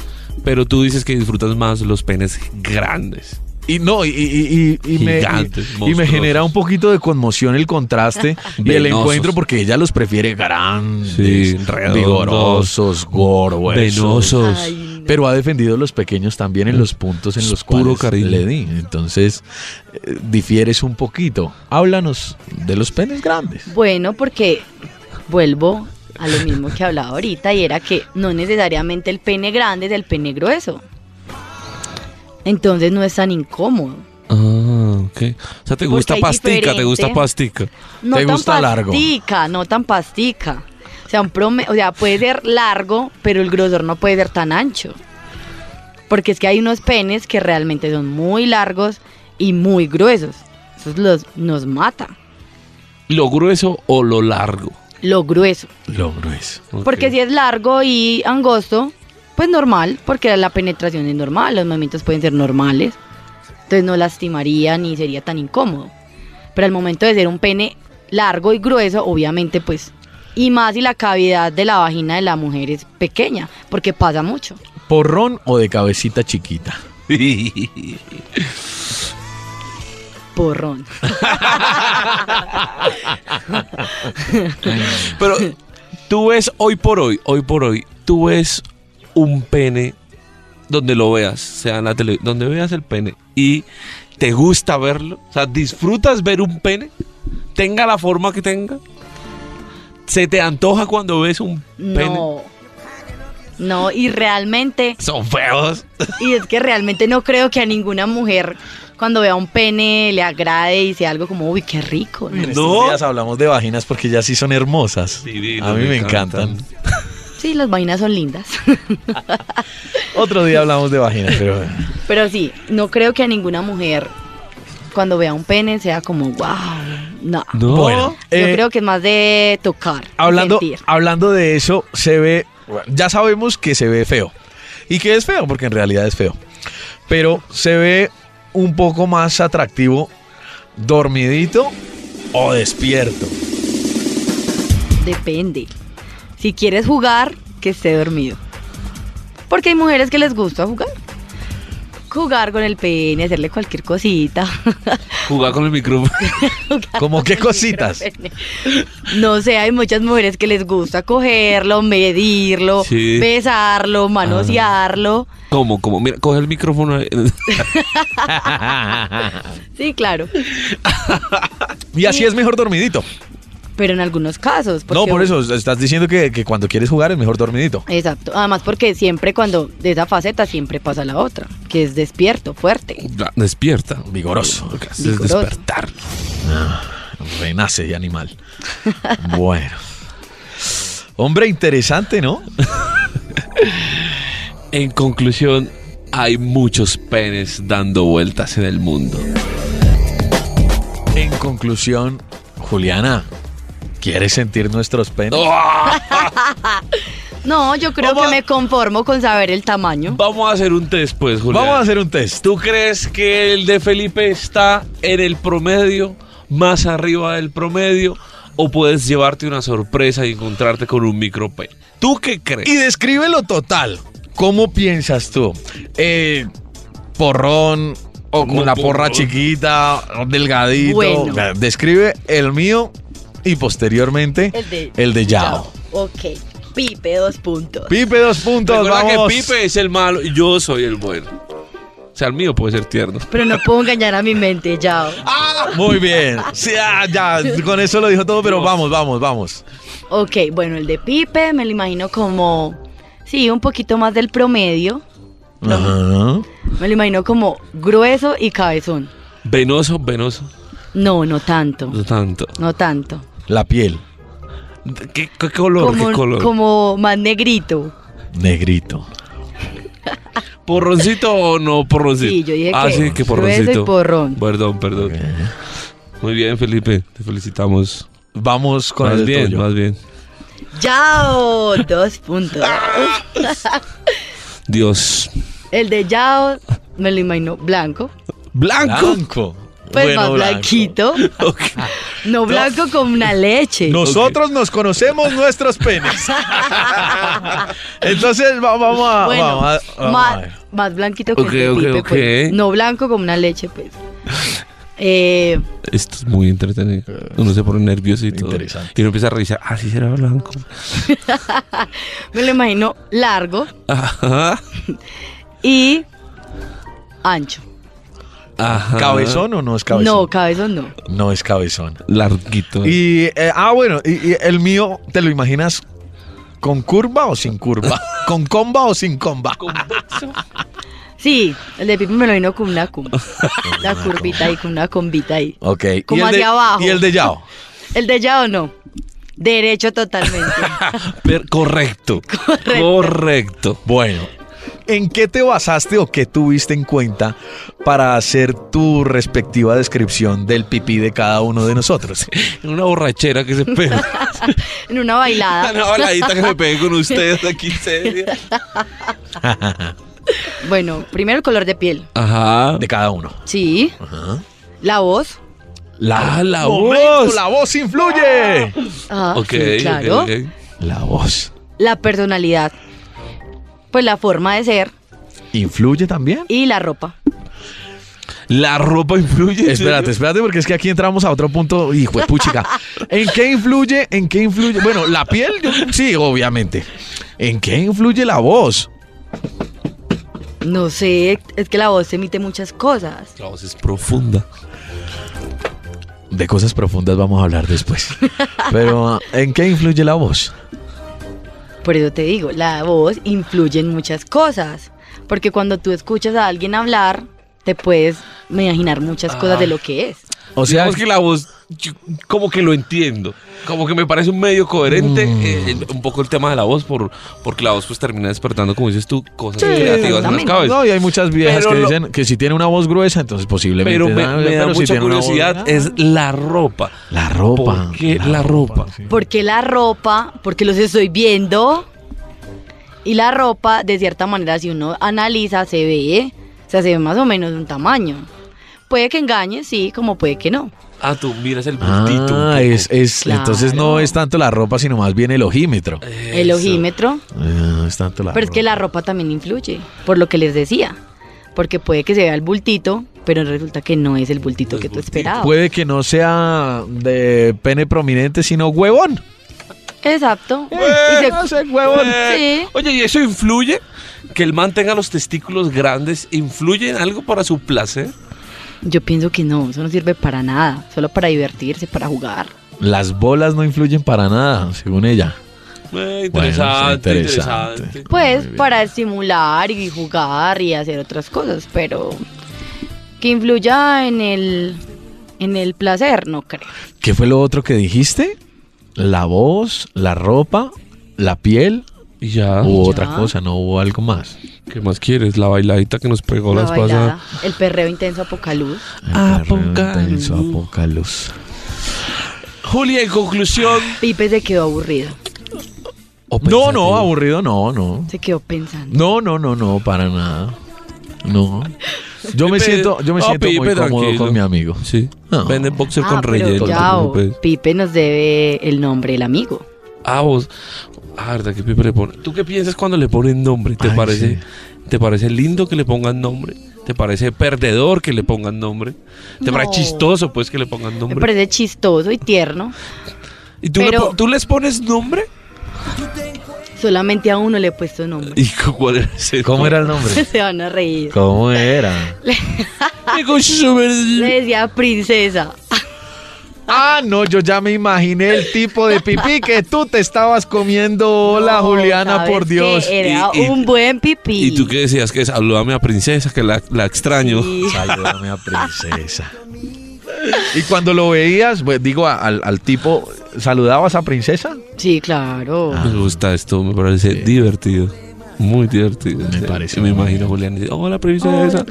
Speaker 3: pero tú dices que disfrutas más los penes grandes.
Speaker 2: Y no, y, y- y- y me,
Speaker 3: Gigantes,
Speaker 2: y- y me
Speaker 3: monstruosos.
Speaker 2: genera un poquito de conmoción el contraste y el
Speaker 3: Venosos.
Speaker 2: encuentro porque ella los prefiere grandes,
Speaker 3: Sí, redondos,
Speaker 2: vigorosos, gordos.
Speaker 3: Venosos.
Speaker 4: Ay, no.
Speaker 2: Pero ha defendido los pequeños también en los puntos en
Speaker 3: Es
Speaker 2: los
Speaker 3: puro
Speaker 2: cuales
Speaker 3: cariño.
Speaker 2: le di. Entonces, eh, difieres un poquito. Háblanos de los penes grandes.
Speaker 4: Bueno, porque vuelvo a lo mismo que hablaba ahorita y era que no necesariamente el pene grande es el pene grueso. Entonces no es tan incómodo.
Speaker 3: Ah, ok. O sea, te gusta
Speaker 4: Pues hay
Speaker 3: pastica, te gusta
Speaker 4: diferente.
Speaker 3: pastica.
Speaker 4: No
Speaker 2: ¿Te
Speaker 4: tan
Speaker 2: gusta largo?
Speaker 4: pastica, no tan pastica. O sea, un prome- o sea, puede ser largo, pero el grosor no puede ser tan ancho. Porque es que hay unos penes que realmente son muy largos y muy gruesos. Eso los, nos mata,
Speaker 3: ¿Lo grueso o lo largo?
Speaker 4: lo grueso.
Speaker 2: Lo grueso.
Speaker 3: Ok.
Speaker 4: Porque si es largo y angosto, pues normal, porque la penetración es normal, los movimientos pueden ser normales. Entonces no lastimaría ni sería tan incómodo. Pero al momento de ser un pene largo y grueso, obviamente pues... Y más si la cavidad de la vagina de la mujer es pequeña, porque pasa mucho.
Speaker 2: ¿Porrón o de cabecita chiquita?
Speaker 4: Porrón.
Speaker 3: Pero tú ves hoy por hoy, hoy por hoy, tú ves un pene donde lo veas, sea en la tele, donde veas el pene y te gusta verlo, o sea, disfrutas ver un pene, tenga la forma que tenga. ¿Se te antoja cuando ves un pene?
Speaker 4: No. No, y realmente...
Speaker 3: Son feos.
Speaker 4: Y es que realmente no creo que a ninguna mujer cuando vea un pene le agrade y sea algo como, uy, qué rico. ¿no?
Speaker 2: En estos días hablamos de vaginas porque ya sí son hermosas.
Speaker 3: Divinos,
Speaker 2: A mí
Speaker 3: me
Speaker 2: me encantan.
Speaker 4: Sí, las vainas son lindas.
Speaker 2: Otro día hablamos de vaginas, pero
Speaker 4: Pero sí, no creo que a ninguna mujer cuando vea un pene sea como, wow, no.
Speaker 3: No.
Speaker 2: bueno.
Speaker 4: Yo
Speaker 2: eh,
Speaker 4: creo que es más de tocar.
Speaker 2: hablando,
Speaker 4: sentir.
Speaker 2: hablando de eso, se ve, ya sabemos que se ve feo. Y que es feo, porque en realidad es feo. Pero se ve un poco más atractivo dormidito o despierto.
Speaker 4: Depende. Si quieres jugar, que esté dormido. Porque hay mujeres que les gusta jugar. Jugar con el pene, hacerle cualquier cosita.
Speaker 3: Jugar con el micrófono.
Speaker 2: Como qué cositas.
Speaker 4: No sé, hay muchas mujeres que les gusta cogerlo, medirlo,
Speaker 3: Sí.
Speaker 4: besarlo,
Speaker 2: Ah.
Speaker 4: manosearlo.
Speaker 3: ¿Cómo? ¿Cómo? Mira, coge el micrófono. eh,
Speaker 4: Sí, claro.
Speaker 2: Y así es mejor dormidito.
Speaker 4: Pero en algunos casos.
Speaker 2: No,
Speaker 4: porque-
Speaker 2: por eso estás diciendo que, que cuando quieres jugar es mejor dormidito.
Speaker 4: Exacto. Además, porque siempre cuando de esa faceta siempre pasa la otra, que es despierto, fuerte.
Speaker 3: La- Despierta.
Speaker 2: Vigoroso.
Speaker 3: Lo que hace Es
Speaker 4: Vigoroso.
Speaker 3: despertar.
Speaker 2: Renace de animal. Bueno. Hombre, interesante, ¿no?
Speaker 3: En conclusión, hay muchos penes dando vueltas en el mundo.
Speaker 2: En conclusión, Juliana, ¿quieres sentir nuestros penes?
Speaker 4: No, yo creo
Speaker 3: Vamos
Speaker 4: que
Speaker 3: a-
Speaker 4: me conformo con saber el tamaño.
Speaker 3: Vamos a hacer un test, pues, Julián.
Speaker 2: Vamos a hacer un test.
Speaker 3: ¿Tú crees que el de Felipe está en el promedio, más arriba del promedio, o puedes llevarte una sorpresa y encontrarte con un micropene? ¿Tú qué
Speaker 2: Y
Speaker 3: crees?
Speaker 2: describe lo total. ¿Cómo piensas tú? Eh, porrón o con
Speaker 3: No,
Speaker 2: la
Speaker 3: porrón.
Speaker 2: porra chiquita, delgadito.
Speaker 4: Bueno.
Speaker 2: Describe el mío y posteriormente el de, Yao.
Speaker 4: Ok. Pipe, dos puntos.
Speaker 2: Pipe dos puntos,
Speaker 3: Recuerda
Speaker 2: vamos.
Speaker 3: que Pipe es el malo y yo soy el bueno. O sea, el mío puede ser tierno.
Speaker 4: Pero no puedo engañar a mi mente, ya.
Speaker 2: Ah, Muy bien. Sí, ah, ya, con eso lo dijo todo, pero vamos, vamos, vamos.
Speaker 4: Ok, bueno, el de Pipe me lo imagino como. Sí, un poquito más del promedio.
Speaker 2: Ajá.
Speaker 4: Me lo imagino como grueso y cabezón.
Speaker 3: Venoso, venoso.
Speaker 4: No, no tanto.
Speaker 3: No tanto.
Speaker 4: No tanto.
Speaker 2: La piel,
Speaker 3: ¿Qué, qué color? ¿Qué
Speaker 4: Como,
Speaker 3: color?
Speaker 4: como más negrito.
Speaker 2: negrito.
Speaker 3: ¿Porroncito o no porroncito?
Speaker 4: Sí, yo dije
Speaker 3: ah,
Speaker 4: que
Speaker 3: sí, que
Speaker 4: grueso y
Speaker 3: porroncito.
Speaker 4: porrón.
Speaker 3: Perdón, perdón. Muy bien, Felipe. Te felicitamos.
Speaker 2: Vamos con
Speaker 3: más
Speaker 2: el
Speaker 3: bien,
Speaker 2: tuyo.
Speaker 3: más bien.
Speaker 4: Yao, dos puntos.
Speaker 3: Dios.
Speaker 4: El de Yao me lo imagino blanco.
Speaker 2: Blanco.
Speaker 4: Pues
Speaker 3: Bueno,
Speaker 4: más
Speaker 3: blanco.
Speaker 4: blanquito.
Speaker 3: Ok.
Speaker 4: No blanco con una leche.
Speaker 2: Nosotros nos conocemos nuestros penes. Entonces va- vamos a.
Speaker 4: bueno,
Speaker 2: ah, vamos a- vamos a
Speaker 4: más,
Speaker 2: ver.
Speaker 4: más blanquito que
Speaker 3: Ok,
Speaker 4: este
Speaker 3: ok,
Speaker 4: pipe,
Speaker 3: ok.
Speaker 4: pues. No blanco como una leche, pues. Eh,
Speaker 3: Esto es muy entretenido. Uno se pone nervioso y todo.
Speaker 2: Eh, Interesante.
Speaker 3: Y uno empieza a revisar. Ah, sí, será blanco.
Speaker 4: me lo imagino largo
Speaker 3: Ajá.
Speaker 4: y ancho.
Speaker 3: Ajá.
Speaker 2: ¿Cabezón o no es cabezón?
Speaker 4: No, cabezón no.
Speaker 2: No es cabezón.
Speaker 3: Larguito.
Speaker 2: Y, eh, ah, bueno, y, y el mío, ¿te lo imaginas con curva o sin curva? ¿Con comba o sin comba?
Speaker 4: Sí, el de Pipe me lo vino con una cumba. La curvita ahí, con una combita ahí.
Speaker 2: Ok. ¿Y
Speaker 4: Como
Speaker 2: el de-
Speaker 4: hacia abajo.
Speaker 2: ¿Y el de Yao?
Speaker 4: El de Yao no. Derecho totalmente.
Speaker 3: Per- correcto.
Speaker 4: Correcto.
Speaker 3: Correcto.
Speaker 2: Bueno, ¿en qué te basaste o qué tuviste en cuenta para hacer tu respectiva descripción del pipí de cada uno de nosotros?
Speaker 3: Una borrachera que se pega.
Speaker 4: en una bailada.
Speaker 3: Una baladita que me pegué con ustedes aquí seria.
Speaker 4: Bueno, primero el color de piel.
Speaker 3: Ajá.
Speaker 2: De cada uno.
Speaker 4: Sí.
Speaker 2: Ajá.
Speaker 4: La voz.
Speaker 3: La, ah, la
Speaker 2: Momento,
Speaker 3: voz.
Speaker 2: La voz influye.
Speaker 4: Ah,
Speaker 3: Ok, eh,
Speaker 4: sí,
Speaker 3: ok,
Speaker 4: claro.
Speaker 3: ok.
Speaker 2: La voz.
Speaker 4: La personalidad. Pues la forma de ser
Speaker 2: ¿Influye también?
Speaker 4: y la ropa.
Speaker 3: La ropa influye.
Speaker 2: Espérate, espérate, porque es que aquí entramos a otro punto. Hijo de puchica. ¿En qué influye? ¿En qué influye? Bueno, la piel, yo- sí, obviamente. ¿En qué influye la voz?
Speaker 4: No sé, es que la voz emite muchas cosas.
Speaker 3: La voz es profunda.
Speaker 2: De cosas profundas vamos a hablar después. Pero, ah, ¿en qué influye la voz?
Speaker 4: Por eso te digo, la voz influye en muchas cosas. Porque cuando tú escuchas a alguien hablar, te puedes imaginar muchas cosas de lo que es.
Speaker 2: O sea,
Speaker 3: Digamos que la voz, yo como que lo entiendo. Como que me parece un medio coherente
Speaker 2: Mm.
Speaker 3: eh, el- un poco el tema de la voz, por, porque la voz pues termina despertando, como dices tú, cosas creativas en las
Speaker 4: exactamente.
Speaker 3: cabezas.
Speaker 2: No, y hay muchas viejas
Speaker 3: Pero
Speaker 2: que
Speaker 3: lo-
Speaker 2: dicen que si tiene una voz gruesa, entonces posiblemente.
Speaker 3: Pero me,
Speaker 2: ah,
Speaker 3: me da
Speaker 2: pero si
Speaker 3: mucha
Speaker 2: tiene una voz-
Speaker 3: curiosidad, es la ropa.
Speaker 2: La ropa.
Speaker 3: ¿Por qué la ropa?
Speaker 2: sí.
Speaker 4: Porque la ropa, porque los estoy viendo. Y la ropa, de cierta manera, si uno analiza, se ve. O sea, se ve más o menos de un tamaño. Puede que engañe, sí, como puede que no.
Speaker 3: Ah, tú miras el
Speaker 2: Ah,
Speaker 3: bultito. un poco.
Speaker 2: es, es-
Speaker 4: Claro.
Speaker 2: entonces no es tanto la ropa, sino más bien el ojímetro.
Speaker 4: El
Speaker 3: Eso.
Speaker 4: ojímetro.
Speaker 2: Ah, es tanto la
Speaker 4: Pero es que la ropa también influye, por lo que les decía. Porque puede que se vea el bultito, pero resulta que no es el bultito
Speaker 3: No
Speaker 4: que
Speaker 3: es
Speaker 4: tú
Speaker 3: bultito.
Speaker 4: esperabas.
Speaker 2: Puede que no sea de pene prominente, sino huevón.
Speaker 4: Exacto.
Speaker 2: Eh,
Speaker 4: Y se-
Speaker 2: no sé, huevón.
Speaker 3: Eh,
Speaker 4: Sí.
Speaker 3: Oye, ¿y eso influye? ¿Que el man tenga los testículos grandes influye en algo para su placer?
Speaker 4: Yo pienso que no, eso no sirve para nada, solo para divertirse, para jugar.
Speaker 2: Las bolas no influyen para nada, según ella.
Speaker 3: Eh,
Speaker 2: Bueno, está
Speaker 3: interesante,
Speaker 2: interesante.
Speaker 3: interesante.
Speaker 4: Pues para estimular y jugar y hacer otras cosas, pero que influya en el en el placer, no creo.
Speaker 2: ¿Qué fue lo otro que dijiste? La voz, la ropa, la piel
Speaker 3: Y ya.
Speaker 2: u
Speaker 4: ya.
Speaker 2: otra cosa, no hubo algo más.
Speaker 3: ¿Qué más quieres? La bailadita que nos pegó
Speaker 4: La
Speaker 3: las
Speaker 4: bailada,
Speaker 3: pasadas.
Speaker 4: el perreo intenso a poca luz.
Speaker 2: Apocalipsis. Apocalipsis.
Speaker 3: Julia, en conclusión.
Speaker 4: Pipe se quedó aburrido,
Speaker 2: No, no, aburrido, no, no.
Speaker 4: se quedó pensando.
Speaker 2: No, no, no, no, para nada. No. Yo me
Speaker 3: Pipe-
Speaker 2: siento, yo me
Speaker 3: no,
Speaker 2: siento muy
Speaker 3: Pipe,
Speaker 2: cómodo
Speaker 3: tranquilo.
Speaker 2: con mi amigo.
Speaker 3: Sí.
Speaker 2: No.
Speaker 3: Venden boxer
Speaker 4: Ah,
Speaker 3: con
Speaker 4: pero
Speaker 3: relleno.
Speaker 4: ya,
Speaker 3: no te preocupes.
Speaker 4: Pipe nos debe el nombre del amigo.
Speaker 3: Ah, vos. Ah, verdad que Pipe le pone. ¿Tú qué piensas cuando le ponen nombre? ¿Te
Speaker 2: Ay,
Speaker 3: parece
Speaker 2: sí.
Speaker 3: te parece lindo que le pongan nombre? ¿Te parece perdedor que le pongan nombre? ¿Te
Speaker 4: No.
Speaker 3: parece chistoso pues que le pongan
Speaker 4: Me
Speaker 3: nombre?
Speaker 4: parece chistoso y tierno.
Speaker 3: ¿Y tú, le
Speaker 4: pero-
Speaker 3: pon- tú les pones nombre?
Speaker 4: Solamente a uno le he puesto nombre.
Speaker 3: ¿Y cu- cuál era ese?
Speaker 2: ¿Cómo era el nombre?
Speaker 4: Se van a reír.
Speaker 2: ¿Cómo era?
Speaker 4: Le decía princesa.
Speaker 2: Ah, no, yo ya me imaginé el tipo de pipí que tú te estabas comiendo. Hola,
Speaker 4: No,
Speaker 2: Juliana,
Speaker 4: ¿sabes
Speaker 2: por
Speaker 4: qué?
Speaker 2: Dios.
Speaker 4: Era
Speaker 3: Y- y-
Speaker 4: un buen pipí.
Speaker 3: ¿Y tú qué decías? Que saludame a princesa, que la, la extraño.
Speaker 4: Sí.
Speaker 2: Salúdame a princesa. Y cuando lo veías, pues, digo, a- al, al tipo, ¿saludabas a princesa?
Speaker 4: Sí, claro.
Speaker 2: Ah.
Speaker 3: Me gusta esto, me parece divertido. Muy divertido.
Speaker 2: Me
Speaker 3: Sí,
Speaker 2: parece
Speaker 3: Me
Speaker 2: muy
Speaker 3: imagino Julián dice, hola princesa,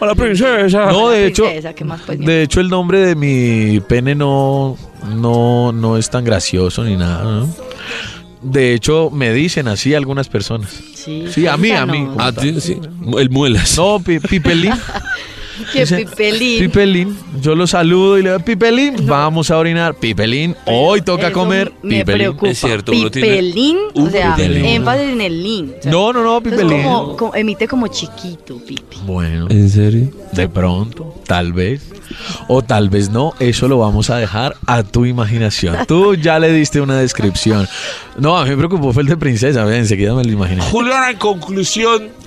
Speaker 3: hola princesa.
Speaker 2: No, de hecho,
Speaker 4: Princesa, ¿qué más, pues, mi
Speaker 2: de hecho el nombre de mi pene no, no, no es tan gracioso ni nada. ¿no? De hecho, me dicen así algunas personas.
Speaker 4: Sí,
Speaker 2: Sí, a mí, a
Speaker 4: no.
Speaker 2: mí.
Speaker 3: Ah, sí, sí, el muelas.
Speaker 2: No, pi- Pipelín.
Speaker 4: Qué
Speaker 2: Dice,
Speaker 4: pipelín.
Speaker 2: Pipelín. Yo lo saludo y le digo, Pipelín, vamos a orinar. Pipelín, hoy toca
Speaker 4: Eso
Speaker 2: comer.
Speaker 4: Me
Speaker 2: Pipelín.
Speaker 4: preocupa.
Speaker 3: Es cierto, uno tiene-
Speaker 4: Pipelín, o
Speaker 3: Uno
Speaker 4: sea,
Speaker 3: tiene-
Speaker 4: énfasis en el lin. o sea,
Speaker 2: No, no, no,
Speaker 4: entonces
Speaker 2: Pipelín.
Speaker 4: como- como- emite como chiquito, pipi.
Speaker 2: Bueno,
Speaker 3: ¿En serio?
Speaker 2: de pronto, tal vez. O tal vez no, eso lo vamos a dejar a tu imaginación. Tú ya le diste una descripción. No, a mí me preocupó fue el de princesa, ve, enseguida me lo imaginé.
Speaker 3: Juliana, en conclusión,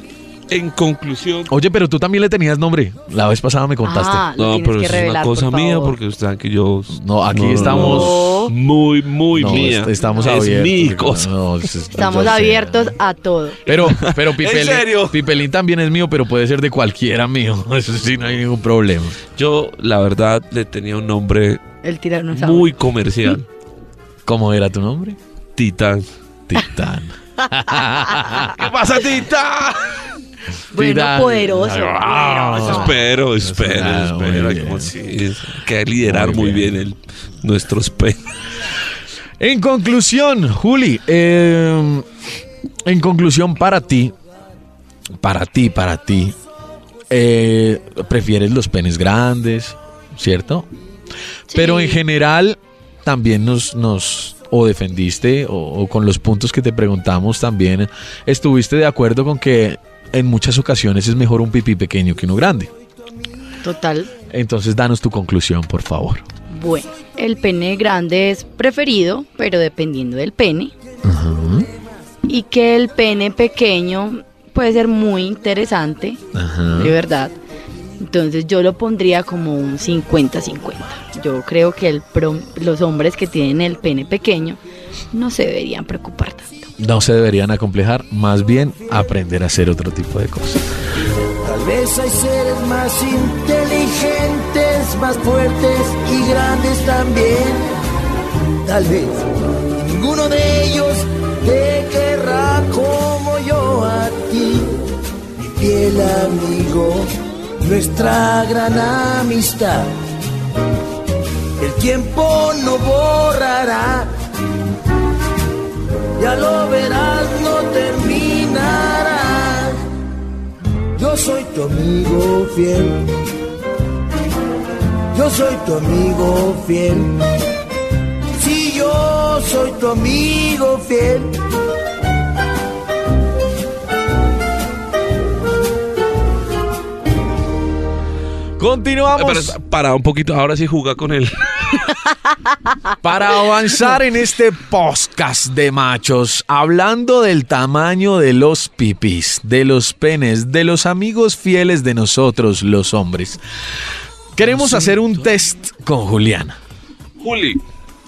Speaker 3: en conclusión.
Speaker 2: Oye, pero tú también le tenías nombre. La vez pasada me contaste.
Speaker 4: Ah, lo
Speaker 3: No,
Speaker 4: tienes
Speaker 3: pero eso
Speaker 4: que
Speaker 3: es una
Speaker 4: revelar,
Speaker 3: cosa
Speaker 4: por
Speaker 3: mía,
Speaker 4: favor.
Speaker 3: porque ustedes saben que yo.
Speaker 2: No, aquí estamos-
Speaker 3: Muy, muy
Speaker 2: No,
Speaker 3: mía.
Speaker 2: est- estamos
Speaker 3: es
Speaker 2: abiertos.
Speaker 3: mi cosa.
Speaker 2: No, es- es-
Speaker 4: Estamos
Speaker 2: yo sé.
Speaker 4: abiertos a todo.
Speaker 2: Pero, pero Pipelín,
Speaker 3: serio?
Speaker 2: Pipelín también es mío, pero puede ser de cualquiera mío. Eso sí, no hay ningún problema.
Speaker 3: Yo, la verdad, le tenía un nombre
Speaker 4: El tiranosaurio.
Speaker 3: muy comercial:
Speaker 2: ¿Cómo era tu nombre?
Speaker 3: Titán.
Speaker 2: Titán.
Speaker 3: ¿Qué pasa, Titán?
Speaker 4: bueno,
Speaker 2: Titán.
Speaker 4: poderoso.
Speaker 2: Ah,
Speaker 4: poderoso.
Speaker 3: Pues Espero,
Speaker 2: Ah,
Speaker 3: espero,
Speaker 2: muy
Speaker 3: espero.
Speaker 2: bien.
Speaker 3: Como si es- que liderar
Speaker 2: Muy
Speaker 3: muy
Speaker 2: bien.
Speaker 3: bien, el, nuestros pe.
Speaker 2: En conclusión, Juli, eh, en conclusión para ti, para ti, para ti, eh, prefieres los penes grandes, ¿cierto? Pero
Speaker 4: Sí.
Speaker 2: en general también nos, nos o defendiste o, o con los puntos que te preguntamos también estuviste de acuerdo con que en muchas ocasiones es mejor un pipí pequeño que uno grande.
Speaker 4: Total.
Speaker 2: Entonces danos tu conclusión, por favor.
Speaker 4: Bueno, el pene grande es preferido, pero dependiendo del pene. Y que el pene pequeño puede ser muy interesante,
Speaker 2: Ajá.
Speaker 4: de verdad. Entonces yo lo pondría como un 50-50. Yo creo que el prom- los hombres que tienen el pene pequeño no se deberían preocupar tanto.
Speaker 2: No se deberían acomplejar, más bien aprender a hacer otro tipo de cosas.
Speaker 5: Tal vez hay seres más inteligentes, más fuertes y grandes también. Tal vez ninguno de ellos te querrá como yo a ti, mi fiel amigo, nuestra gran amistad. El tiempo no borrará, ya lo verás, no terminará. Yo soy tu amigo fiel. Yo soy tu amigo fiel. Si yo soy tu amigo fiel.
Speaker 2: Continuamos.
Speaker 3: Eh, Pero para un poquito, ahora sí juega con él.
Speaker 2: Para avanzar en este podcast de machos, hablando del tamaño de los pipis, de los penes, de los amigos fieles de nosotros los hombres. Queremos hacer un test con Juliana.
Speaker 3: Juli,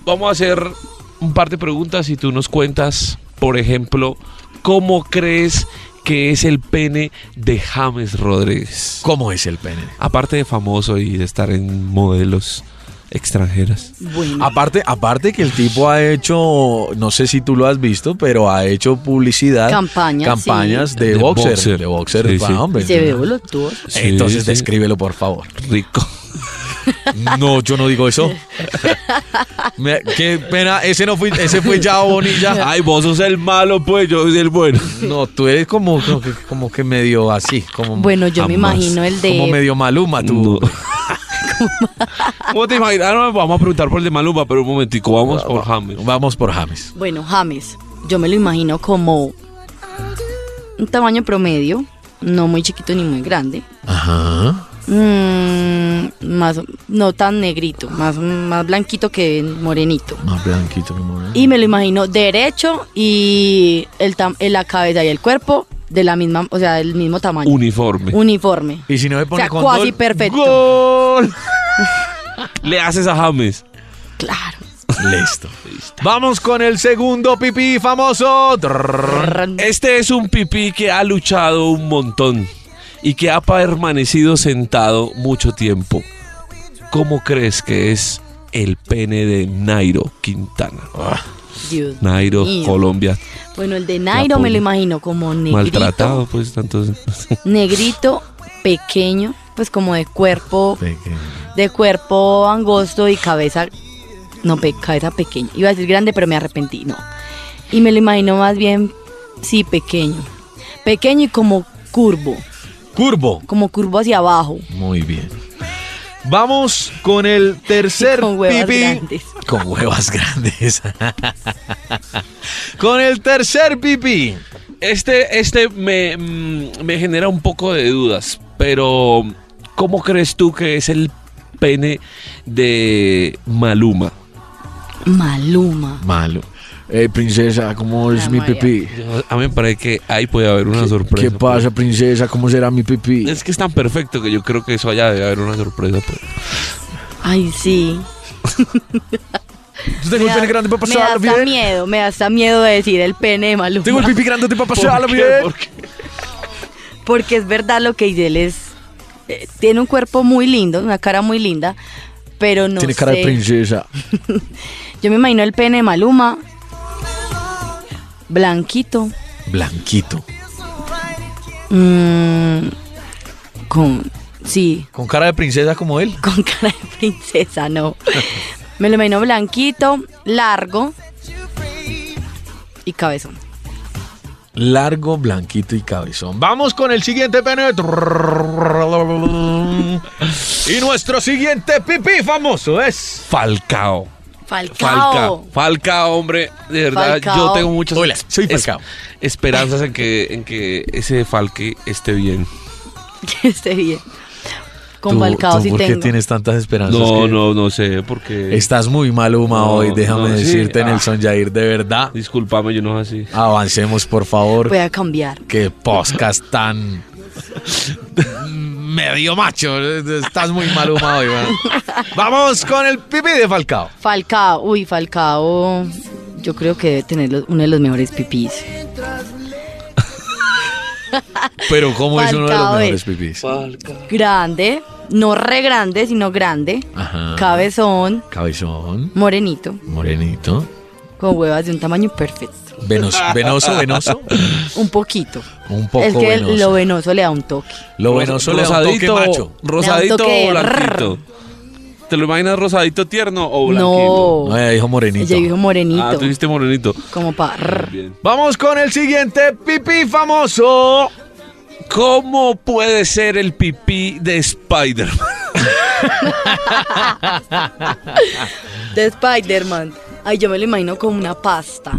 Speaker 3: vamos a hacer un par de preguntas y tú nos cuentas, por ejemplo, ¿cómo crees que es el pene de James Rodríguez?
Speaker 2: ¿Cómo es el pene?
Speaker 3: Aparte de famoso y de estar en modelos extranjeras.
Speaker 4: Bueno,
Speaker 2: Aparte, aparte que el tipo ha hecho, no sé si tú lo has visto, pero ha hecho publicidad,
Speaker 4: Campañas,
Speaker 2: campañas
Speaker 4: sí.
Speaker 2: de,
Speaker 3: De
Speaker 2: boxer,
Speaker 3: boxer.
Speaker 2: de boxer
Speaker 3: Sí,
Speaker 2: para
Speaker 3: sí.
Speaker 2: hombres.
Speaker 4: se ve voluptuoso.
Speaker 3: Sí,
Speaker 2: Entonces
Speaker 3: sí.
Speaker 2: descríbelo por favor.
Speaker 3: Rico.
Speaker 2: No, yo no digo eso. Me- qué pena, ese no fui, ese fue Yao Bonilla.
Speaker 3: Ay, vos sos el malo, pues, yo soy el bueno.
Speaker 2: No, tú eres como, como, que, como que medio así, como
Speaker 4: Bueno, yo me
Speaker 3: Jamás.
Speaker 4: imagino el
Speaker 2: como
Speaker 4: de
Speaker 2: medio maluma tú.
Speaker 3: No. ¿Cómo te imaginas? Ah, no, vamos a preguntar por el de Maluma, pero un momentico, vamos por James.
Speaker 2: Vamos por James.
Speaker 4: Bueno, James, yo me lo imagino como un tamaño promedio, no muy chiquito ni muy grande.
Speaker 2: Ajá.
Speaker 4: Mm, más, no tan negrito, más, más blanquito que morenito.
Speaker 2: Más blanquito como
Speaker 4: Y me lo imagino derecho y el tam- en la cabeza y el cuerpo de la misma, o sea, del mismo tamaño.
Speaker 3: Uniforme.
Speaker 4: Uniforme.
Speaker 2: Y si no me
Speaker 4: O
Speaker 2: pone
Speaker 4: sea,
Speaker 2: con
Speaker 4: cuasi
Speaker 2: gol,
Speaker 4: perfecto.
Speaker 2: ¡Gol!
Speaker 3: Le haces a James.
Speaker 4: Claro.
Speaker 2: Listo. Vamos con el segundo pipí famoso.
Speaker 3: Este es un pipí que ha luchado un montón y que ha permanecido sentado mucho tiempo. ¿Cómo crees que es el pene de Nairo Quintana?
Speaker 4: Dios
Speaker 3: Nairo,
Speaker 4: mío.
Speaker 3: Colombia,
Speaker 4: Bueno, el de Nairo me
Speaker 3: polla.
Speaker 4: lo imagino como negrito.
Speaker 3: maltratado, pues tanto.
Speaker 4: Negrito, pequeño, pues como de cuerpo de cuerpo angosto y cabeza no pe- cabeza pequeña iba a decir grande pero me arrepentí no y me lo imagino más bien sí pequeño pequeño y como curvo
Speaker 2: Curvo.
Speaker 4: como curvo hacia abajo.
Speaker 2: Muy bien. Vamos con el tercer
Speaker 4: Con huevas
Speaker 2: pipí.
Speaker 4: grandes.
Speaker 2: Con huevas grandes. con el tercer pipí.
Speaker 3: Este, este me, mm, me genera un poco de dudas, pero ¿cómo crees tú que es el pene de Maluma?
Speaker 4: Maluma.
Speaker 2: Malo. Eh, princesa, ¿cómo es
Speaker 4: Ah,
Speaker 2: mi
Speaker 4: María.
Speaker 2: pipí?
Speaker 3: Yo- A mí me parece que ahí puede haber una sorpresa.
Speaker 2: ¿Qué pasa, princesa? ¿Cómo será mi pipí?
Speaker 3: Es que es tan perfecto que yo creo que eso allá debe haber una sorpresa. pues.
Speaker 4: Ay, sí.
Speaker 2: Yo tengo
Speaker 4: Me da- Me da hasta miedo, me da hasta miedo de decir el pene de Maluma.
Speaker 2: pipí grande, te va a
Speaker 3: ¿Por qué? ¿Por qué?
Speaker 4: Porque es verdad lo que Isel es. eh, tiene un cuerpo muy lindo, una cara muy linda, pero no
Speaker 2: Tiene cara de
Speaker 4: sé.
Speaker 2: princesa.
Speaker 4: Yo me imagino el pene de Maluma. Blanquito.
Speaker 2: Blanquito.
Speaker 4: mm, con. Sí,
Speaker 2: Con cara de princesa como él.
Speaker 4: con cara de princesa, no. Me lo imagino blanquito, largo y cabezón.
Speaker 2: Largo, blanquito y cabezón. Vamos con el siguiente pene. Y nuestro siguiente pipí famoso es.
Speaker 3: Falcao.
Speaker 4: Falcao.
Speaker 3: Falcao. Falcao, hombre. De verdad, yo
Speaker 4: Falcao.
Speaker 3: tengo muchas
Speaker 2: Hola, soy Falcao.
Speaker 3: es- esperanzas en que, en que ese Falque esté bien.
Speaker 4: Que esté bien. Este Con Falcao sí
Speaker 2: ¿Por qué
Speaker 4: tengo.
Speaker 2: tienes tantas esperanzas?
Speaker 3: No,
Speaker 2: que-
Speaker 3: no, no sé, porque...
Speaker 2: Estás muy maluma
Speaker 3: No,
Speaker 2: hoy, déjame
Speaker 3: no, sí.
Speaker 2: decirte,
Speaker 3: Ah.
Speaker 2: Nelson Jair, de verdad.
Speaker 3: Disculpame, yo no es así.
Speaker 2: Avancemos, por favor.
Speaker 4: Voy a cambiar.
Speaker 2: Qué podcast tan. medio macho. Estás muy maluma hoy, man. Vamos con el pipí de Falcao.
Speaker 4: Falcao, uy, Falcao, yo creo que debe tener los- uno de los mejores pipis.
Speaker 2: Pero, ¿cómo es uno de los
Speaker 4: Falcao eh.
Speaker 2: mejores pipís?
Speaker 4: es- Grande, no re grande, sino grande.
Speaker 2: Ajá.
Speaker 4: Cabezón,
Speaker 2: Cabezón,
Speaker 4: morenito,
Speaker 2: morenito,
Speaker 4: con huevas de un tamaño perfecto.
Speaker 2: venos- venoso, venoso,
Speaker 4: Un poquito.
Speaker 2: un poco
Speaker 4: es que
Speaker 2: venoso.
Speaker 4: lo venoso le da un toque.
Speaker 2: Lo venoso le da un toque macho.
Speaker 3: Rosadito
Speaker 4: Le da un
Speaker 3: o
Speaker 4: toque de
Speaker 3: blanquito. ¿Te lo imaginas rosadito tierno o blanquito?
Speaker 2: No,
Speaker 4: No,
Speaker 2: ella dijo morenito.
Speaker 4: ella dijo morenito.
Speaker 3: Ah, tuviste morenito.
Speaker 4: Como para...
Speaker 3: Bien.
Speaker 2: Vamos con el siguiente pipí famoso.
Speaker 3: ¿Cómo puede ser el pipí de Spider-Man?
Speaker 4: De Spider-Man. Ay, yo me lo imagino como una pasta.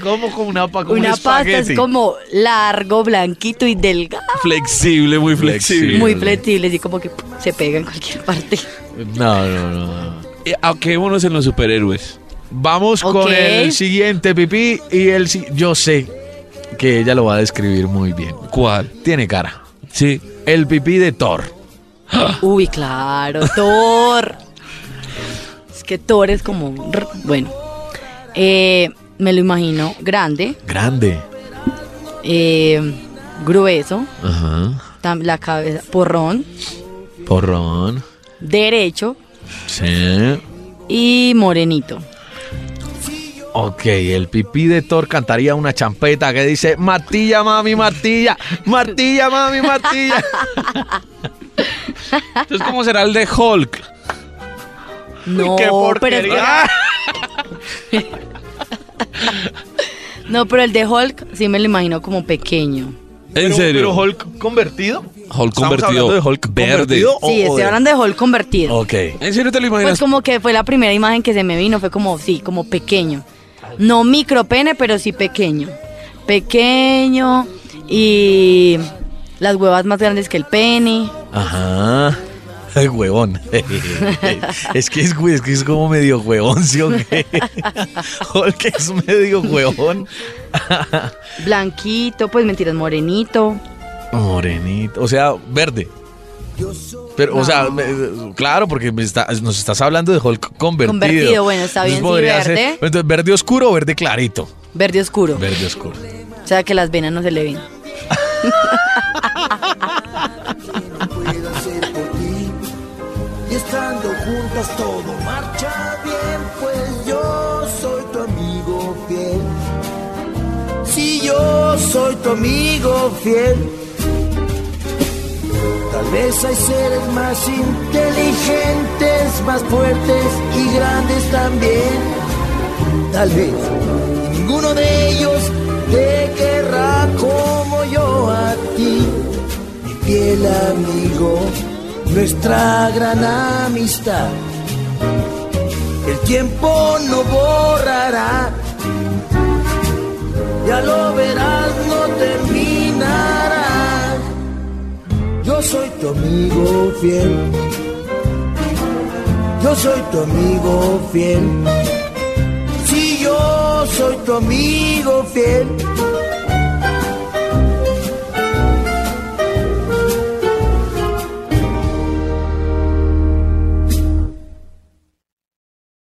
Speaker 2: como con una, pa- como un
Speaker 4: una pasta
Speaker 2: espagueti.
Speaker 4: es como largo, blanquito y delgado.
Speaker 3: Flexible, muy flexible.
Speaker 4: Muy
Speaker 2: Flexible.
Speaker 4: flexible, así como que se pega en cualquier parte.
Speaker 2: No, no, no. no.
Speaker 3: Eh, ah, quedémonos en los superhéroes.
Speaker 2: Vamos
Speaker 4: Ok.
Speaker 2: con el siguiente pipí y el si- yo sé que ella lo va a describir muy bien.
Speaker 3: ¿Cuál?
Speaker 2: Tiene cara.
Speaker 3: Sí.
Speaker 2: El pipí de Thor. Ah.
Speaker 4: Uy, claro, Thor. Es que Thor es como. Bueno, eh, me lo imagino grande,
Speaker 2: Grande.
Speaker 4: eh, grueso,
Speaker 2: Ajá.
Speaker 4: tam- la cabeza, porrón,
Speaker 2: Porrón.
Speaker 4: derecho
Speaker 2: Sí.
Speaker 4: y morenito.
Speaker 2: Ok, el pipí de Thor cantaría una champeta que dice Martilla, mami, martilla, martilla, mami, martilla.
Speaker 3: Entonces, ¿cómo será el de Hulk?
Speaker 4: No,
Speaker 2: ¡Qué
Speaker 4: pero es que-
Speaker 2: porquería! Ah,
Speaker 4: no, pero el de Hulk sí me lo imagino como pequeño.
Speaker 3: En serio.
Speaker 2: Pero Hulk convertido.
Speaker 3: Hulk convertido.
Speaker 2: hablando de Hulk
Speaker 3: Verde.
Speaker 2: convertido o-
Speaker 4: Sí,
Speaker 2: o
Speaker 4: estoy
Speaker 2: de-
Speaker 4: hablando de Hulk convertido.
Speaker 2: Ok.
Speaker 3: ¿En serio te lo
Speaker 4: Pues
Speaker 3: imaginas?
Speaker 4: como que fue la primera imagen que se me vino, fue como, sí, como pequeño. No micro pene, pero sí pequeño. Pequeño y las huevas más grandes que el pene.
Speaker 2: Ajá. El huevón. es, que es, güey, es que es como medio huevón, ¿sí o qué? Hulk es medio huevón.
Speaker 4: Blanquito, pues mentiras, morenito.
Speaker 2: Morenito, o sea, verde. Pero, o sea, me- claro, porque me está- nos estás hablando de Hulk convertido.
Speaker 4: Convertido, bueno, está bien, sí,
Speaker 2: podría ser-
Speaker 4: verde.
Speaker 2: entonces, verde oscuro o verde clarito.
Speaker 4: Verde oscuro.
Speaker 2: Verde oscuro.
Speaker 4: O sea que las venas no se le ven.
Speaker 5: puedo hacer por ti. Y estando juntas todo marcha bien, pues yo soy tu amigo fiel. Si yo soy tu amigo fiel, tal vez hay seres más inteligentes, más fuertes y grandes también. Tal vez ninguno de ellos te querrá como yo a ti. conmigo nuestra gran amistad. El tiempo no borrará, ya lo verás, no terminará. Yo soy tu amigo fiel, yo soy tu amigo fiel, sí, yo soy tu amigo fiel.